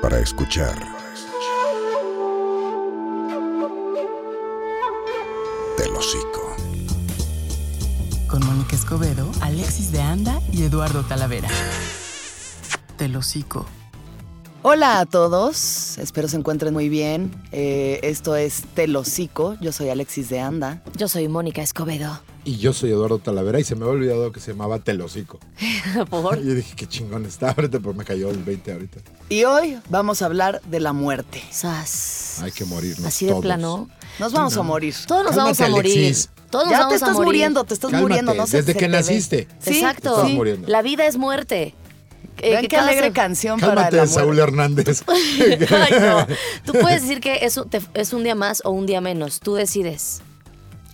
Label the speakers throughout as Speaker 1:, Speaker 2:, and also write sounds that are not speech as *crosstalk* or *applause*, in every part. Speaker 1: para escuchar. Del hocico.
Speaker 2: Con Mónica Escobedo, Alexis de Anda y Eduardo Talavera. Del hocico.
Speaker 3: Hola a todos, espero se encuentren muy bien. Eh, esto es Telocico, yo soy Alexis de Anda.
Speaker 4: Yo soy
Speaker 3: *laughs*
Speaker 4: Mónica Escobedo.
Speaker 5: Y yo soy Eduardo Talavera y se me había olvidado que se llamaba Telocico.
Speaker 4: ¿Por?
Speaker 5: Y yo dije, qué chingón está ahorita, pero me cayó el 20 ahorita.
Speaker 3: Y hoy vamos a hablar de la muerte.
Speaker 4: Sas.
Speaker 5: Hay que morirnos
Speaker 4: Así de
Speaker 5: todos.
Speaker 4: plano.
Speaker 3: Nos vamos a morir.
Speaker 4: Todos nos vamos
Speaker 5: Cálmate,
Speaker 4: a morir.
Speaker 5: Alexis.
Speaker 4: Todos nos
Speaker 3: ya
Speaker 4: vamos
Speaker 3: te
Speaker 4: a
Speaker 3: estás
Speaker 4: morir.
Speaker 3: muriendo, te estás
Speaker 5: Cálmate,
Speaker 3: muriendo, no sé
Speaker 5: desde
Speaker 3: se
Speaker 5: que
Speaker 3: te ve.
Speaker 5: naciste.
Speaker 3: Sí,
Speaker 4: Exacto.
Speaker 5: Estás muriendo.
Speaker 4: La vida es muerte. Eh,
Speaker 3: Vean
Speaker 4: que
Speaker 3: qué
Speaker 4: cada
Speaker 3: alegre
Speaker 4: se-
Speaker 3: canción para
Speaker 5: Cálmate,
Speaker 3: la
Speaker 5: Saúl
Speaker 3: muerte. *laughs*
Speaker 5: Hernández.
Speaker 4: *laughs* Ay,
Speaker 5: *laughs*
Speaker 4: no. Tú puedes decir que es un, te- es un día más o un día menos. Tú decides.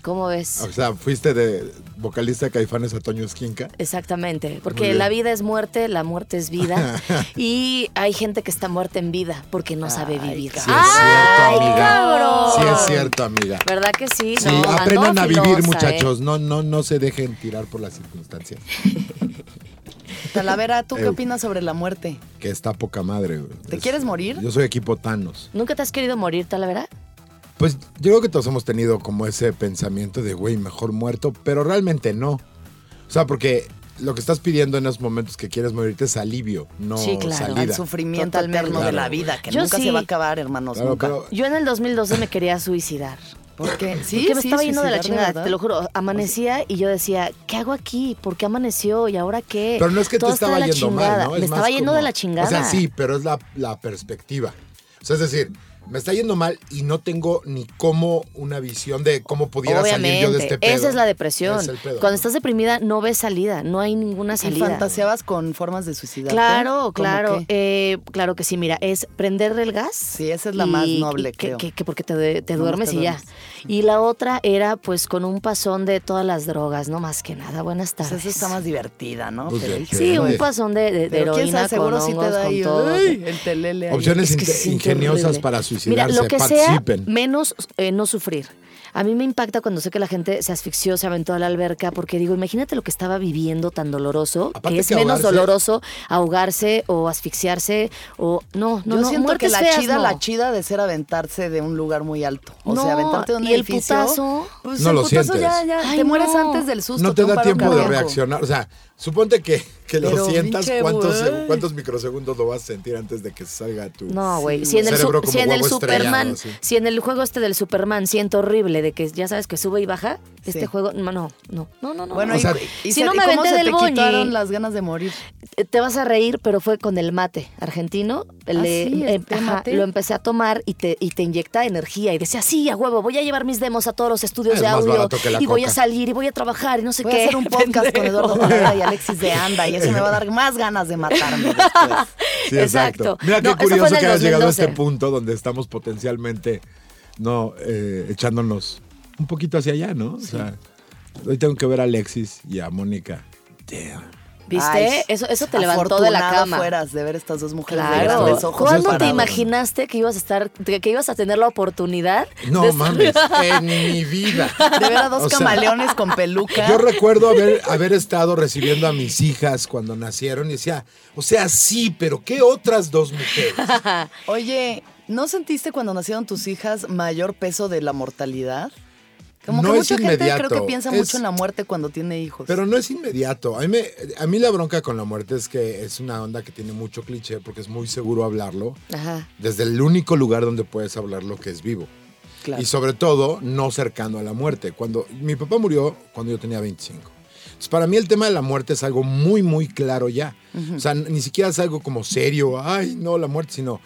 Speaker 4: ¿Cómo ves?
Speaker 5: o sea, fuiste de vocalista de Caifanes a Toño Esquinca.
Speaker 4: Exactamente,
Speaker 5: Muy
Speaker 4: porque
Speaker 5: bien.
Speaker 4: la vida es muerte, la muerte es
Speaker 5: *laughs*
Speaker 4: vida y hay gente que está muerta en vida porque no sabe
Speaker 3: Ay,
Speaker 4: vivir.
Speaker 3: cabrón.
Speaker 5: Sí, es cierto, amiga.
Speaker 4: cabrón!
Speaker 5: Sí, es cierto, amiga.
Speaker 4: ¿Verdad que sí?
Speaker 5: Sí,
Speaker 4: No, ¿eh?
Speaker 5: aprendan a
Speaker 4: andó
Speaker 5: vivir,
Speaker 4: filosa,
Speaker 5: muchachos. No, no, no se dejen tirar por las circunstancias.
Speaker 3: Talavera, ¿tú qué
Speaker 5: Eu.
Speaker 3: opinas sobre la muerte?
Speaker 5: Que está poca madre. güey.
Speaker 3: ¿Te
Speaker 5: Es-
Speaker 3: quieres morir?
Speaker 5: Yo soy equipo Thanos.
Speaker 4: ¿eh? ¿Nunca te has querido morir, tal verdad?
Speaker 5: Pues yo creo que todos hemos tenido como ese pensamiento de, güey, mejor muerto, pero realmente no. O sea, porque lo que estás pidiendo en esos momentos que quieres morirte es alivio, no
Speaker 4: Sí, claro.
Speaker 5: salida.
Speaker 3: Al sufrimiento
Speaker 4: Totalmente.
Speaker 3: eterno de la
Speaker 5: Claro,
Speaker 3: vida, que
Speaker 4: Yo
Speaker 3: nunca se
Speaker 4: sí.
Speaker 3: va a acabar, hermanos,
Speaker 5: Claro,
Speaker 3: nunca.
Speaker 5: pero-
Speaker 4: Yo en el 2012 me quería suicidar.
Speaker 3: Porque sí,
Speaker 4: porque me
Speaker 3: sí,
Speaker 4: estaba yendo de la
Speaker 3: suicidar,
Speaker 4: chingada,
Speaker 3: verdad.
Speaker 4: te lo juro. Amanecía y yo decía, ¿qué hago aquí? ¿Por qué amaneció? ¿Y ahora qué?
Speaker 5: Pero no es que
Speaker 4: Todo
Speaker 5: te
Speaker 4: está
Speaker 5: estaba
Speaker 4: de la
Speaker 5: yendo mal,
Speaker 4: chingada.
Speaker 5: ¿no?
Speaker 4: Me
Speaker 5: Es
Speaker 4: estaba
Speaker 5: más
Speaker 4: yendo
Speaker 5: como-
Speaker 4: de la chingada.
Speaker 5: O sea, sí, pero es la, la perspectiva. O sea, es decir, me está yendo mal y no tengo ni cómo una visión de cómo pudiera salir yo de este pedo.
Speaker 4: Esa es la depresión.
Speaker 5: Es el pedo.
Speaker 4: Cuando estás deprimida no ves salida, no hay ninguna
Speaker 3: ¿Y
Speaker 4: salida.
Speaker 3: fantaseabas con formas de suicidarte?
Speaker 4: Claro,
Speaker 3: ¿Cómo
Speaker 4: claro,
Speaker 3: qué?
Speaker 4: eh, claro que sí. Mira, es prender el gas.
Speaker 3: Sí, esa es la más noble,
Speaker 4: y que,
Speaker 3: creo.
Speaker 4: que- que porque te, de- te
Speaker 3: No, no
Speaker 4: duermes
Speaker 3: te
Speaker 4: y ya.
Speaker 3: duermes.
Speaker 4: Y la otra era, pues, con un pasón de todas las drogas, no más que nada. Buenas
Speaker 3: Pues
Speaker 4: tardes.
Speaker 3: esa está más divertida, ¿no?
Speaker 5: Pues
Speaker 3: Pero,
Speaker 5: ya,
Speaker 3: hijo,
Speaker 4: Sí,
Speaker 5: Sí.
Speaker 4: un pasón de, de- de
Speaker 3: pero quién
Speaker 4: heroína
Speaker 3: sabe, seguro
Speaker 4: con
Speaker 3: sí te
Speaker 4: hongos,
Speaker 3: da
Speaker 4: con
Speaker 3: ahí,
Speaker 4: todo.
Speaker 3: ¡ay! el telele. ahí.
Speaker 5: Opciones
Speaker 4: Es que
Speaker 5: inte-
Speaker 4: se siente
Speaker 5: ingeniosas
Speaker 4: horrible.
Speaker 5: para
Speaker 4: Mira,
Speaker 5: suicidarse.
Speaker 4: lo que
Speaker 5: participen.
Speaker 4: sea, menos eh, no sufrir. A mí me impacta cuando sé que la gente se asfixió, se aventó a la alberca, porque digo, imagínate lo que estaba viviendo tan doloroso,
Speaker 5: Aparte
Speaker 4: que es
Speaker 5: que
Speaker 4: menos
Speaker 5: ahogarse-
Speaker 4: doloroso ahogarse o asfixiarse o no, no,
Speaker 3: Yo
Speaker 4: no,
Speaker 3: siento que
Speaker 4: muertes
Speaker 3: la
Speaker 4: feas,
Speaker 3: chida,
Speaker 4: no.
Speaker 3: la chida de ser aventarse de un lugar muy alto. O
Speaker 4: No,
Speaker 3: sea, aventarte de un
Speaker 4: ¿y el
Speaker 3: edificio.
Speaker 4: putazo?
Speaker 3: Pues
Speaker 5: No
Speaker 3: el
Speaker 5: lo
Speaker 3: putazo ya,
Speaker 5: sientes.
Speaker 3: ya.
Speaker 4: Ay,
Speaker 3: te mueres
Speaker 4: no.
Speaker 3: antes del susto.
Speaker 5: No te
Speaker 3: un
Speaker 5: da
Speaker 3: paro
Speaker 5: tiempo de
Speaker 3: cardíaco.
Speaker 5: reaccionar. O sea, suponte que, que lo
Speaker 3: Pero,
Speaker 5: sientas,
Speaker 3: pinche
Speaker 5: ¿cuántos,
Speaker 3: güey.
Speaker 5: seg- ¿cuántos microsegundos lo vas a sentir antes de que salga tu...
Speaker 4: No, güey.
Speaker 3: Sí,
Speaker 4: si en el,
Speaker 5: cerebro
Speaker 4: su-
Speaker 5: como
Speaker 4: si en el
Speaker 5: huevo estrellado,
Speaker 4: Superman,
Speaker 5: así.
Speaker 4: si en el juego este del Superman siento horrible de que ya sabes que sube y baja,
Speaker 3: Sí.
Speaker 4: este juego, no, no, no, no, no. no,
Speaker 3: Bueno,
Speaker 5: O
Speaker 3: y-
Speaker 5: sea,
Speaker 3: y,
Speaker 4: si
Speaker 3: se-
Speaker 4: no
Speaker 3: ¿y
Speaker 4: me
Speaker 3: cómo
Speaker 4: aventé
Speaker 3: se
Speaker 4: del
Speaker 3: te
Speaker 4: bungee?
Speaker 3: quitaron las ganas de morir.
Speaker 4: te vas a reír, pero fue con el mate argentino. Le-
Speaker 3: sí,
Speaker 4: eh,
Speaker 3: este
Speaker 4: ajá,
Speaker 3: mate.
Speaker 4: Lo empecé a tomar y te, y te inyecta energía. Y decía, sí, a huevo, voy a llevar mis demos a todos los estudios
Speaker 5: Ah, Es
Speaker 4: de
Speaker 5: más
Speaker 4: audio.
Speaker 5: barato que la
Speaker 4: Y voy a
Speaker 5: coca.
Speaker 4: salir y voy a trabajar y no sé
Speaker 3: Voy
Speaker 4: qué.
Speaker 3: a
Speaker 4: *laughs*
Speaker 3: hacer un podcast con Eduardo Talavera y Alexis de Anda y eso me va a dar más ganas de matarme después.
Speaker 5: Sí, exacto. Mira
Speaker 4: No,
Speaker 5: qué
Speaker 4: eso fue en
Speaker 5: curioso
Speaker 4: el
Speaker 5: que hayas llegado a
Speaker 4: 2012.
Speaker 5: este punto donde estamos potencialmente, no, eh, echándonos un poquito hacia allá, ¿no? O sea, hoy tengo que ver a Alexis y a Mónica. Damn.
Speaker 4: *laughs* ¿Viste?
Speaker 3: Ay,
Speaker 4: eso, eso te levantó de la
Speaker 3: afortunado
Speaker 4: cama.
Speaker 3: fueras de ver estas dos mujeres de
Speaker 4: Claro.
Speaker 3: grandes ojos
Speaker 4: ¿Cuándo te
Speaker 3: separados.
Speaker 4: imaginaste que ibas a estar, que, que ibas a tener la oportunidad? de
Speaker 5: No
Speaker 4: estar-
Speaker 5: mames, en mi vida.
Speaker 3: De ver a dos
Speaker 5: O sea,
Speaker 3: camaleones con peluca.
Speaker 5: Yo recuerdo haber, haber estado recibiendo a mis hijas cuando nacieron y decía, o sea, sí, pero ¿qué otras dos mujeres?
Speaker 3: Oye, ¿no sentiste cuando nacieron tus hijas mayor peso de la mortalidad? Como
Speaker 5: No
Speaker 3: que
Speaker 5: es
Speaker 3: mucha gente creo que
Speaker 5: inmediato,
Speaker 3: piensa
Speaker 5: es-
Speaker 3: mucho en la muerte cuando tiene hijos.
Speaker 5: Pero no es inmediato. A mí, me- a mí la bronca con la muerte es que es una onda que tiene mucho cliché porque es muy seguro hablarlo
Speaker 4: Ajá.
Speaker 5: desde el único lugar donde puedes hablar lo que es vivo.
Speaker 3: Claro.
Speaker 5: Y sobre todo, no cercano a la muerte. Cuando mi papá murió cuando yo tenía 25. Entonces, para mí el tema de la muerte es algo muy, muy claro ya. O sea, ni siquiera es algo como serio, ay, no, la muerte, sino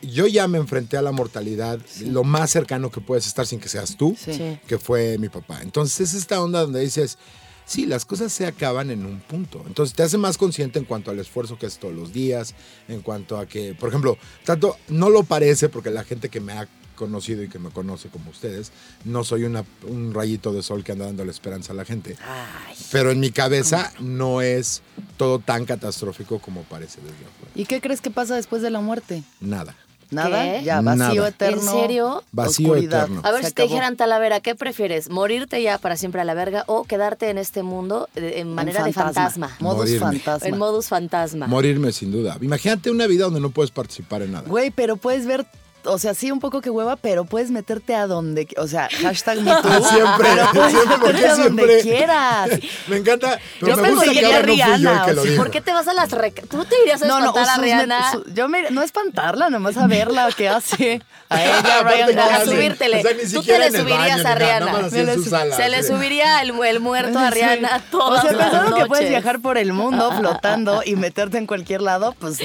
Speaker 5: yo ya me enfrenté a la mortalidad lo más cercano que puedes estar sin que seas tú,
Speaker 3: Sí.
Speaker 4: Sí.
Speaker 5: que fue mi papá. Entonces, es esta onda donde dices, sí, las cosas se acaban en un punto. Entonces, te hace más consciente en cuanto al esfuerzo que es todos los días, en cuanto a que, por ejemplo, tanto no lo parece porque la gente que me ha conocido y que me conoce como ustedes, no soy una- un rayito de sol que anda dando la esperanza a la gente.
Speaker 3: Ay.
Speaker 5: Pero en mi cabeza no es todo tan catastrófico como parece desde afuera.
Speaker 3: ¿Y qué crees que pasa después de la muerte?
Speaker 5: Nada.
Speaker 3: Nada,
Speaker 4: ¿Qué?
Speaker 3: ya, vacío
Speaker 5: Nada.
Speaker 3: eterno.
Speaker 4: ¿En serio?
Speaker 5: Vacío
Speaker 3: oscuridad.
Speaker 5: eterno.
Speaker 4: A ver,
Speaker 3: Se
Speaker 4: si te
Speaker 3: acabó.
Speaker 4: dijeran Talavera, ¿qué prefieres? ¿Morirte ya para siempre a la verga o quedarte en este mundo de- en
Speaker 3: En
Speaker 4: manera de fantasma?
Speaker 3: Modos
Speaker 5: Morirme.
Speaker 3: fantasma.
Speaker 4: En modus fantasma.
Speaker 5: Morirme sin duda. Imagínate una vida donde no puedes participar en nada.
Speaker 3: Güey, pero puedes ver, o sea, sí, un poco que hueva, pero puedes meterte a donde, qui- o sea, hashtag me too,
Speaker 5: Ah, *laughs* *laughs* siempre,
Speaker 3: pero puedes
Speaker 5: siempre, ¿por qué
Speaker 3: meterte a donde
Speaker 5: siempre?
Speaker 3: quieras.
Speaker 5: *laughs* Me encanta, pero
Speaker 3: Yo
Speaker 5: me gusta
Speaker 3: pensé
Speaker 5: que
Speaker 3: que
Speaker 5: ahora no
Speaker 3: era
Speaker 5: fui yo el
Speaker 3: Rihanna,
Speaker 5: que
Speaker 3: o
Speaker 5: lo
Speaker 3: sea,
Speaker 5: dijo.
Speaker 4: Ah, ¿Por qué te vas a las reca- ¿Tú te irías a
Speaker 3: No, no,
Speaker 4: espantar a
Speaker 3: sus me-
Speaker 4: Rihanna?
Speaker 3: su- yo me, no espantarla, nomás a verla, qué
Speaker 4: *laughs*
Speaker 3: hace. A ella,
Speaker 5: Aparte,
Speaker 3: Ryan
Speaker 5: ¿cómo
Speaker 4: a
Speaker 5: hacen?
Speaker 3: Gosling.
Speaker 4: subírtele.
Speaker 5: O sea, ni
Speaker 4: Tú te
Speaker 5: siquiera
Speaker 4: le
Speaker 5: en el baño,
Speaker 4: subirías
Speaker 5: ni
Speaker 4: a
Speaker 5: nada,
Speaker 4: Rihanna.
Speaker 5: nada más así
Speaker 3: Me
Speaker 5: en
Speaker 3: le
Speaker 5: su
Speaker 3: su-
Speaker 5: sala,
Speaker 4: Se le
Speaker 5: así.
Speaker 4: subiría el, el muerto a
Speaker 3: Sí.
Speaker 4: Rihanna todas
Speaker 3: O sea,
Speaker 4: las
Speaker 3: pensando que puedes
Speaker 4: noches.
Speaker 3: viajar por el
Speaker 4: *laughs*
Speaker 3: mundo flotando y meterte en cualquier lado, pues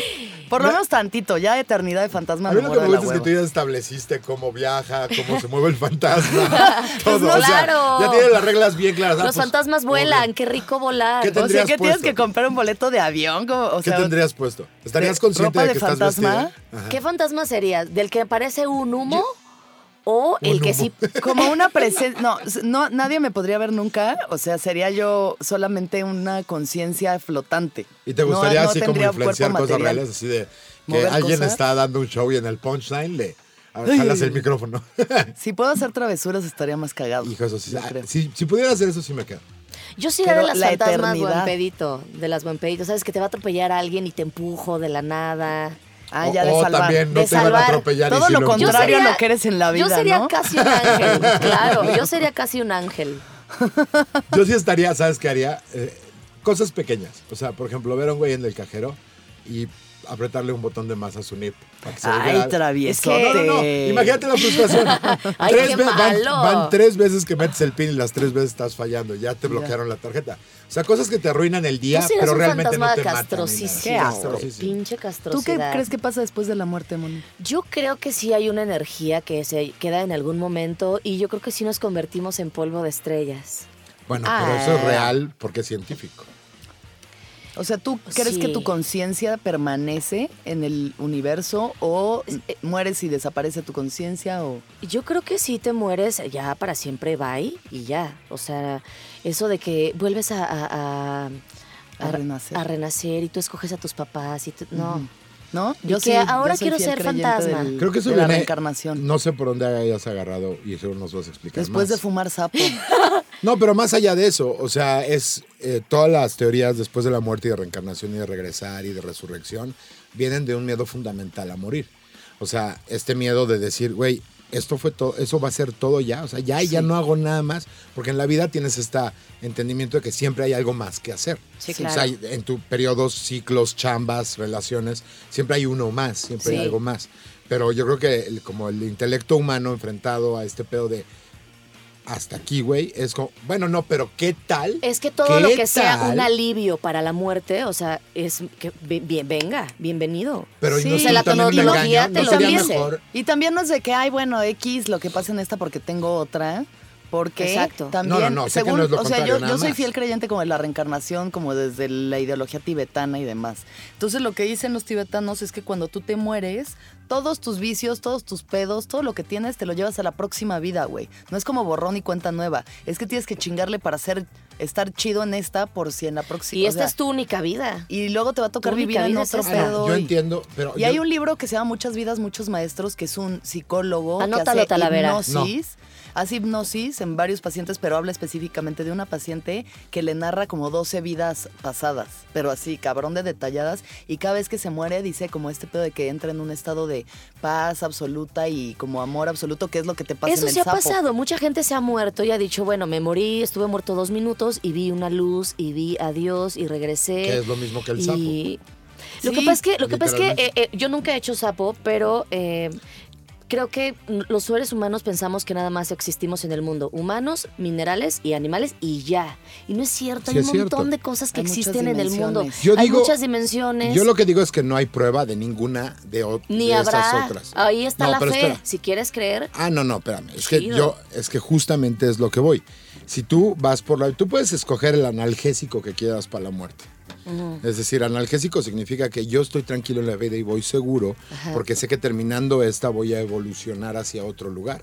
Speaker 3: por lo menos tantito, ya eternidad de fantasma
Speaker 5: A
Speaker 3: me
Speaker 5: mí lo que
Speaker 3: muero de
Speaker 5: me
Speaker 3: la
Speaker 5: gusta es que
Speaker 3: hueva.
Speaker 5: tú ya estableciste cómo viaja, cómo se mueve
Speaker 3: *laughs*
Speaker 5: el fantasma,
Speaker 3: Pues
Speaker 5: todo.
Speaker 4: no,
Speaker 5: o sea,
Speaker 4: claro.
Speaker 5: ya tiene las reglas bien claras. Ah,
Speaker 4: Los
Speaker 5: pues,
Speaker 4: fantasmas
Speaker 5: como que-
Speaker 4: vuelan, qué rico volar.
Speaker 5: ¿Qué te-
Speaker 3: O sea,
Speaker 5: tendrías
Speaker 3: que tienes
Speaker 5: puesto?
Speaker 3: que comprar un boleto de avión, como, o
Speaker 5: ¿Qué
Speaker 3: sea,
Speaker 5: tendrías puesto? ¿Estarías
Speaker 3: de-
Speaker 5: consciente
Speaker 3: ropa
Speaker 5: de
Speaker 3: de
Speaker 5: que
Speaker 3: fantasma.
Speaker 5: estás vestida?
Speaker 4: ¿Qué fantasma serías? ¿Del que parece un humo o el
Speaker 5: Un
Speaker 4: que
Speaker 5: humo.
Speaker 4: sí?
Speaker 3: como
Speaker 5: *laughs*
Speaker 3: una presencia, no, s- no, nadie me podría ver nunca, o sea, sería yo solamente una conciencia flotante.
Speaker 5: ¿Y te
Speaker 3: No-
Speaker 5: gustaría
Speaker 3: no
Speaker 5: así como
Speaker 3: tendría un
Speaker 5: influenciar
Speaker 3: cuerpo
Speaker 5: cosas
Speaker 3: material.
Speaker 5: reales? Así de que
Speaker 3: Mover
Speaker 5: alguien
Speaker 3: cosas.
Speaker 5: está dando un show y en el punchline le a ver, jalas el micrófono. *laughs*
Speaker 3: Si puedo hacer travesuras estaría más cagado.
Speaker 5: Hijo, eso sí.
Speaker 3: yo
Speaker 5: ah,
Speaker 3: creo.
Speaker 5: si, si pudiera hacer eso, sí me quedo.
Speaker 4: Yo sí era de
Speaker 3: Pero
Speaker 4: las
Speaker 3: la
Speaker 4: fantasmas buen
Speaker 3: eternidad.
Speaker 4: pedito, de las buen pedito. Sabes que te va a atropellar alguien y te empujo de la nada.
Speaker 3: Ah,
Speaker 5: O-
Speaker 3: ya de
Speaker 5: o
Speaker 3: salvar.
Speaker 5: también no
Speaker 4: De
Speaker 5: te iban a
Speaker 4: salvar.
Speaker 5: atropellar. y
Speaker 3: Todo
Speaker 5: sí
Speaker 3: lo
Speaker 5: empujaron.
Speaker 3: contrario a lo que eres en la
Speaker 4: Yo
Speaker 3: vida,
Speaker 4: sería
Speaker 3: ¿no?
Speaker 4: casi
Speaker 3: *laughs*
Speaker 4: un ángel, claro. Yo sería casi un ángel.
Speaker 5: Yo sí estaría, ¿sabes qué haría? Eh, cosas pequeñas. O sea, por ejemplo, ver a un güey en el cajero y apretarle un botón de más a su NIP. para que se
Speaker 3: Ay,
Speaker 5: vea-
Speaker 3: traviesote.
Speaker 5: No, no, no. Imagínate
Speaker 3: *laughs*
Speaker 5: la frustración.
Speaker 4: Ay, qué
Speaker 5: ve- van,
Speaker 4: malo.
Speaker 5: van tres veces que metes el pin y las tres veces estás fallando. Ya te bloquearon la tarjeta. O sea, cosas que te arruinan el día,
Speaker 4: Tú sí eres
Speaker 5: pero
Speaker 4: un
Speaker 5: realmente no
Speaker 4: fantasma
Speaker 5: te matan. ni nada.
Speaker 4: castrosísimo.
Speaker 3: Qué asco.
Speaker 5: Castrosísimo.
Speaker 4: Pinche castrosidad.
Speaker 3: ¿Tú qué crees que pasa después de la muerte, Moni?
Speaker 4: Yo creo que sí hay una energía que se queda en algún momento y yo creo que sí nos convertimos en polvo de estrellas.
Speaker 5: Bueno, pero eso es
Speaker 3: Ah.
Speaker 5: real porque es científico.
Speaker 3: O sea, ¿tú crees
Speaker 4: Sí.
Speaker 3: que tu conciencia permanece en el universo o eh, mueres y desaparece tu conciencia o
Speaker 4: Yo creo que sí te mueres ya para siempre, bye, y ya. O sea, eso de que vuelves a... a- a-
Speaker 3: A renacer.
Speaker 4: a renacer y tú escoges a tus papás y tú- no.
Speaker 3: no?
Speaker 4: Y que ahora
Speaker 3: soy
Speaker 4: quiero
Speaker 3: fiel
Speaker 4: ser
Speaker 3: creyente
Speaker 4: fantasma.
Speaker 3: del-
Speaker 5: Creo que eso
Speaker 3: de la
Speaker 5: viene-
Speaker 3: reencarnación.
Speaker 5: No sé por dónde hayas agarrado y eso nos vas a explicar.
Speaker 3: Después
Speaker 5: más.
Speaker 3: de fumar sapo.
Speaker 5: No, pero más allá de eso, o sea, es eh, todas las teorías después de la muerte y de reencarnación y de regresar y de resurrección vienen de un miedo fundamental a morir. O sea, este miedo de decir, güey, esto fue todo, eso va a ser todo ya, o sea, ya ya no hago nada más, porque en la vida tienes este entendimiento de que siempre hay algo más que hacer.
Speaker 4: Sí,
Speaker 5: O
Speaker 4: claro.
Speaker 5: sea, en tu periodos, ciclos, chambas, relaciones, siempre hay uno más, siempre hay
Speaker 4: Sí.
Speaker 5: algo más. Pero yo creo que el- como el intelecto humano enfrentado a este pedo de hasta aquí, güey, es como, bueno, no, pero ¿qué tal?
Speaker 4: Es que todo
Speaker 5: ¿Qué
Speaker 4: lo que sea
Speaker 5: tal?
Speaker 4: un alivio para la muerte, o sea, es que ve- bien, venga, bienvenido.
Speaker 5: Pero
Speaker 3: Sí.
Speaker 5: no sé,
Speaker 3: O sea, la
Speaker 5: también un
Speaker 4: tonología
Speaker 5: engaño,
Speaker 4: te
Speaker 5: ¿no
Speaker 4: lo
Speaker 5: sería
Speaker 4: dice.
Speaker 5: mejor?
Speaker 3: Y también no es de que, ay, bueno, X, lo que pasa en esta porque tengo otra. Porque
Speaker 4: Exacto.
Speaker 3: también,
Speaker 5: No, no, no, sé que
Speaker 3: según,
Speaker 5: no es lo
Speaker 3: o sea,
Speaker 5: contrario,
Speaker 3: yo,
Speaker 5: nada
Speaker 3: yo soy
Speaker 5: más.
Speaker 3: fiel creyente como de la reencarnación, como desde la ideología tibetana y demás. Entonces, lo que dicen los tibetanos es que cuando tú te mueres, todos tus vicios, todos tus pedos, todo lo que tienes, te lo llevas a la próxima vida, güey. No es como borrón y cuenta nueva. Es que tienes que chingarle para ser, estar chido en esta por si en la próxima.
Speaker 4: y
Speaker 3: o
Speaker 4: esta
Speaker 3: sea,
Speaker 4: es tu única vida.
Speaker 3: Y luego te va a tocar
Speaker 4: tu
Speaker 3: vivir
Speaker 4: única
Speaker 3: en
Speaker 4: vida es
Speaker 3: otro
Speaker 4: esta. Ah, no,
Speaker 3: pedo.
Speaker 5: Yo
Speaker 3: y-
Speaker 5: entiendo, pero
Speaker 3: y
Speaker 5: Ah, yo-
Speaker 3: hay un libro que se llama Muchas vidas, muchos maestros, que es un psicólogo
Speaker 4: Anótalo,
Speaker 3: que hace
Speaker 4: Talavera.
Speaker 3: hipnosis. Hace hipnosis en varios pacientes, pero habla específicamente de una paciente que le narra como 12 vidas pasadas, pero así, cabrón de detalladas. Y cada vez que se muere dice como este pedo de que entra en un estado de paz absoluta y como amor absoluto, que es lo que te pasa
Speaker 4: Eso
Speaker 3: en el
Speaker 4: sí ha
Speaker 3: sapo.
Speaker 4: pasado. Mucha gente se ha muerto y ha dicho, bueno, me morí, estuve muerto dos minutos y vi una luz y vi a Dios y regresé.
Speaker 5: Que es lo mismo que el
Speaker 4: Y- Lo que
Speaker 3: Sí,
Speaker 4: pasa es que, lo que, pasa es que
Speaker 5: literalmente.
Speaker 4: eh, eh, yo nunca he hecho sapo, pero eh, creo que los seres humanos pensamos que nada más existimos en el mundo. Humanos, minerales y animales y ya. Y no es cierto,
Speaker 5: Sí,
Speaker 4: hay
Speaker 5: es
Speaker 4: un
Speaker 5: cierto.
Speaker 4: montón de cosas que
Speaker 3: Hay muchas
Speaker 4: existen en el mundo.
Speaker 3: dimensiones.
Speaker 5: Yo
Speaker 4: hay
Speaker 5: digo-
Speaker 4: muchas dimensiones.
Speaker 5: yo lo que digo es que no hay prueba de ninguna de, o-
Speaker 4: ni
Speaker 5: de
Speaker 4: habrá.
Speaker 5: esas otras.
Speaker 4: Ahí está
Speaker 5: No,
Speaker 4: la fe.
Speaker 5: pero espera.
Speaker 4: Si quieres creer,
Speaker 5: Ah, no, no, espérame. Es que
Speaker 4: Chido.
Speaker 5: yo, es que justamente es lo que voy. Si tú vas por la. Tú puedes escoger el analgésico que quieras para la muerte. Es decir, analgésico significa que yo estoy tranquilo en la vida y voy seguro, porque sé que terminando esta voy a evolucionar hacia otro lugar.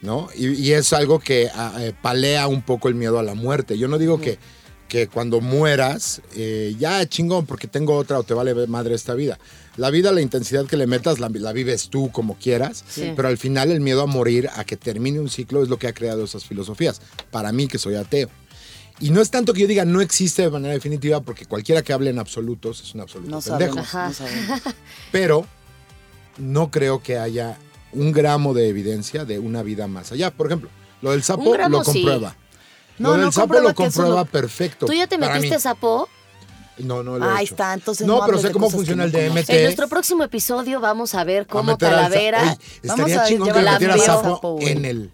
Speaker 5: ¿No? Y, y es algo que ah, eh, palea un poco el miedo a la muerte. Yo no digo que, que cuando mueras, eh, ya chingón, porque tengo otra o te vale madre esta vida. La vida, la intensidad que le metas, la, la vives tú como quieras,
Speaker 4: Sí.
Speaker 5: pero al final el miedo a morir, a que termine un ciclo, es lo que ha creado esas filosofías. Para mí, que soy ateo. Y no es tanto que yo diga no existe de manera definitiva, porque cualquiera que hable en absolutos es un absoluto
Speaker 3: No
Speaker 5: pendejo.
Speaker 3: sabemos, no sabemos.
Speaker 5: Pero no creo que haya un gramo de evidencia de una vida más allá. Por ejemplo, lo del sapo
Speaker 4: Un gramo
Speaker 5: lo
Speaker 4: sí.
Speaker 5: comprueba.
Speaker 3: No,
Speaker 5: lo del
Speaker 3: no
Speaker 5: sapo
Speaker 3: comprueba
Speaker 5: lo
Speaker 3: que eso
Speaker 5: comprueba
Speaker 3: no-
Speaker 5: perfecto.
Speaker 4: ¿Tú ya te
Speaker 5: para
Speaker 4: metiste
Speaker 5: mí.
Speaker 4: sapo?
Speaker 5: No, no lo he
Speaker 3: Ahí
Speaker 5: hecho.
Speaker 3: está, entonces
Speaker 5: No,
Speaker 3: no,
Speaker 5: pero
Speaker 3: hables
Speaker 5: sé
Speaker 3: de
Speaker 5: cómo
Speaker 3: cosas que
Speaker 5: funciona
Speaker 3: no
Speaker 5: el DMT.
Speaker 3: conoces.
Speaker 4: En nuestro próximo episodio vamos a ver
Speaker 5: Va a
Speaker 4: cómo
Speaker 5: meter al sa- Oye,
Speaker 4: Talavera.
Speaker 5: estaría
Speaker 3: Vamos a
Speaker 5: chingón que
Speaker 3: llevar
Speaker 4: al
Speaker 5: metiera
Speaker 4: avión.
Speaker 5: sapo
Speaker 3: sapo, güey.
Speaker 5: en el,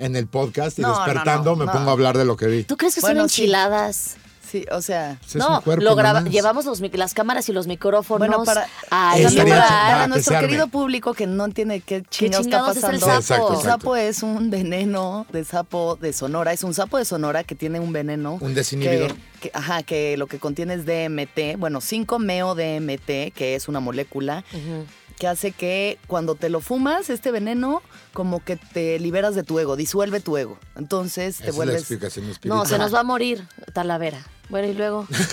Speaker 5: en el podcast y
Speaker 3: No, no, no,
Speaker 5: despertando me
Speaker 3: no.
Speaker 5: pongo a hablar de lo que vi.
Speaker 4: ¿Tú crees que
Speaker 3: Bueno,
Speaker 4: son
Speaker 3: sí.
Speaker 4: enchiladas?
Speaker 3: Sí, o sea,
Speaker 5: Pues es
Speaker 4: No,
Speaker 5: un cuerpo
Speaker 4: lo graba-
Speaker 5: nomás. Eh,
Speaker 4: llevamos los mic- las cámaras y los micrófonos
Speaker 3: bueno, para,
Speaker 4: pues, a
Speaker 5: Estaría
Speaker 3: también para,
Speaker 4: ayudar.
Speaker 5: chingón, Ah, que
Speaker 3: para nuestro
Speaker 5: se arme.
Speaker 3: querido público que no entiende qué chingados,
Speaker 4: chingados es
Speaker 3: está
Speaker 4: el
Speaker 3: pasando.
Speaker 4: sapo?
Speaker 5: Sí, exacto,
Speaker 3: El
Speaker 5: exacto.
Speaker 3: sapo es un veneno de sapo de Sonora, es un sapo de Sonora que tiene un veneno.
Speaker 5: Un
Speaker 3: que,
Speaker 5: desinhibidor.
Speaker 3: que- ajá, que lo que contiene es DMT, bueno, 5-meo-DMT, que es una molécula
Speaker 4: Ujú.
Speaker 3: que hace que cuando te lo fumas, este veneno, como que te liberas de tu ego, disuelve tu ego. Entonces
Speaker 5: Esa
Speaker 3: te
Speaker 5: es la
Speaker 3: vuelves.
Speaker 5: explicación espiritual.
Speaker 4: No, se nos va a morir Talavera. Bueno, y
Speaker 5: *laughs*
Speaker 4: luego.
Speaker 3: Pues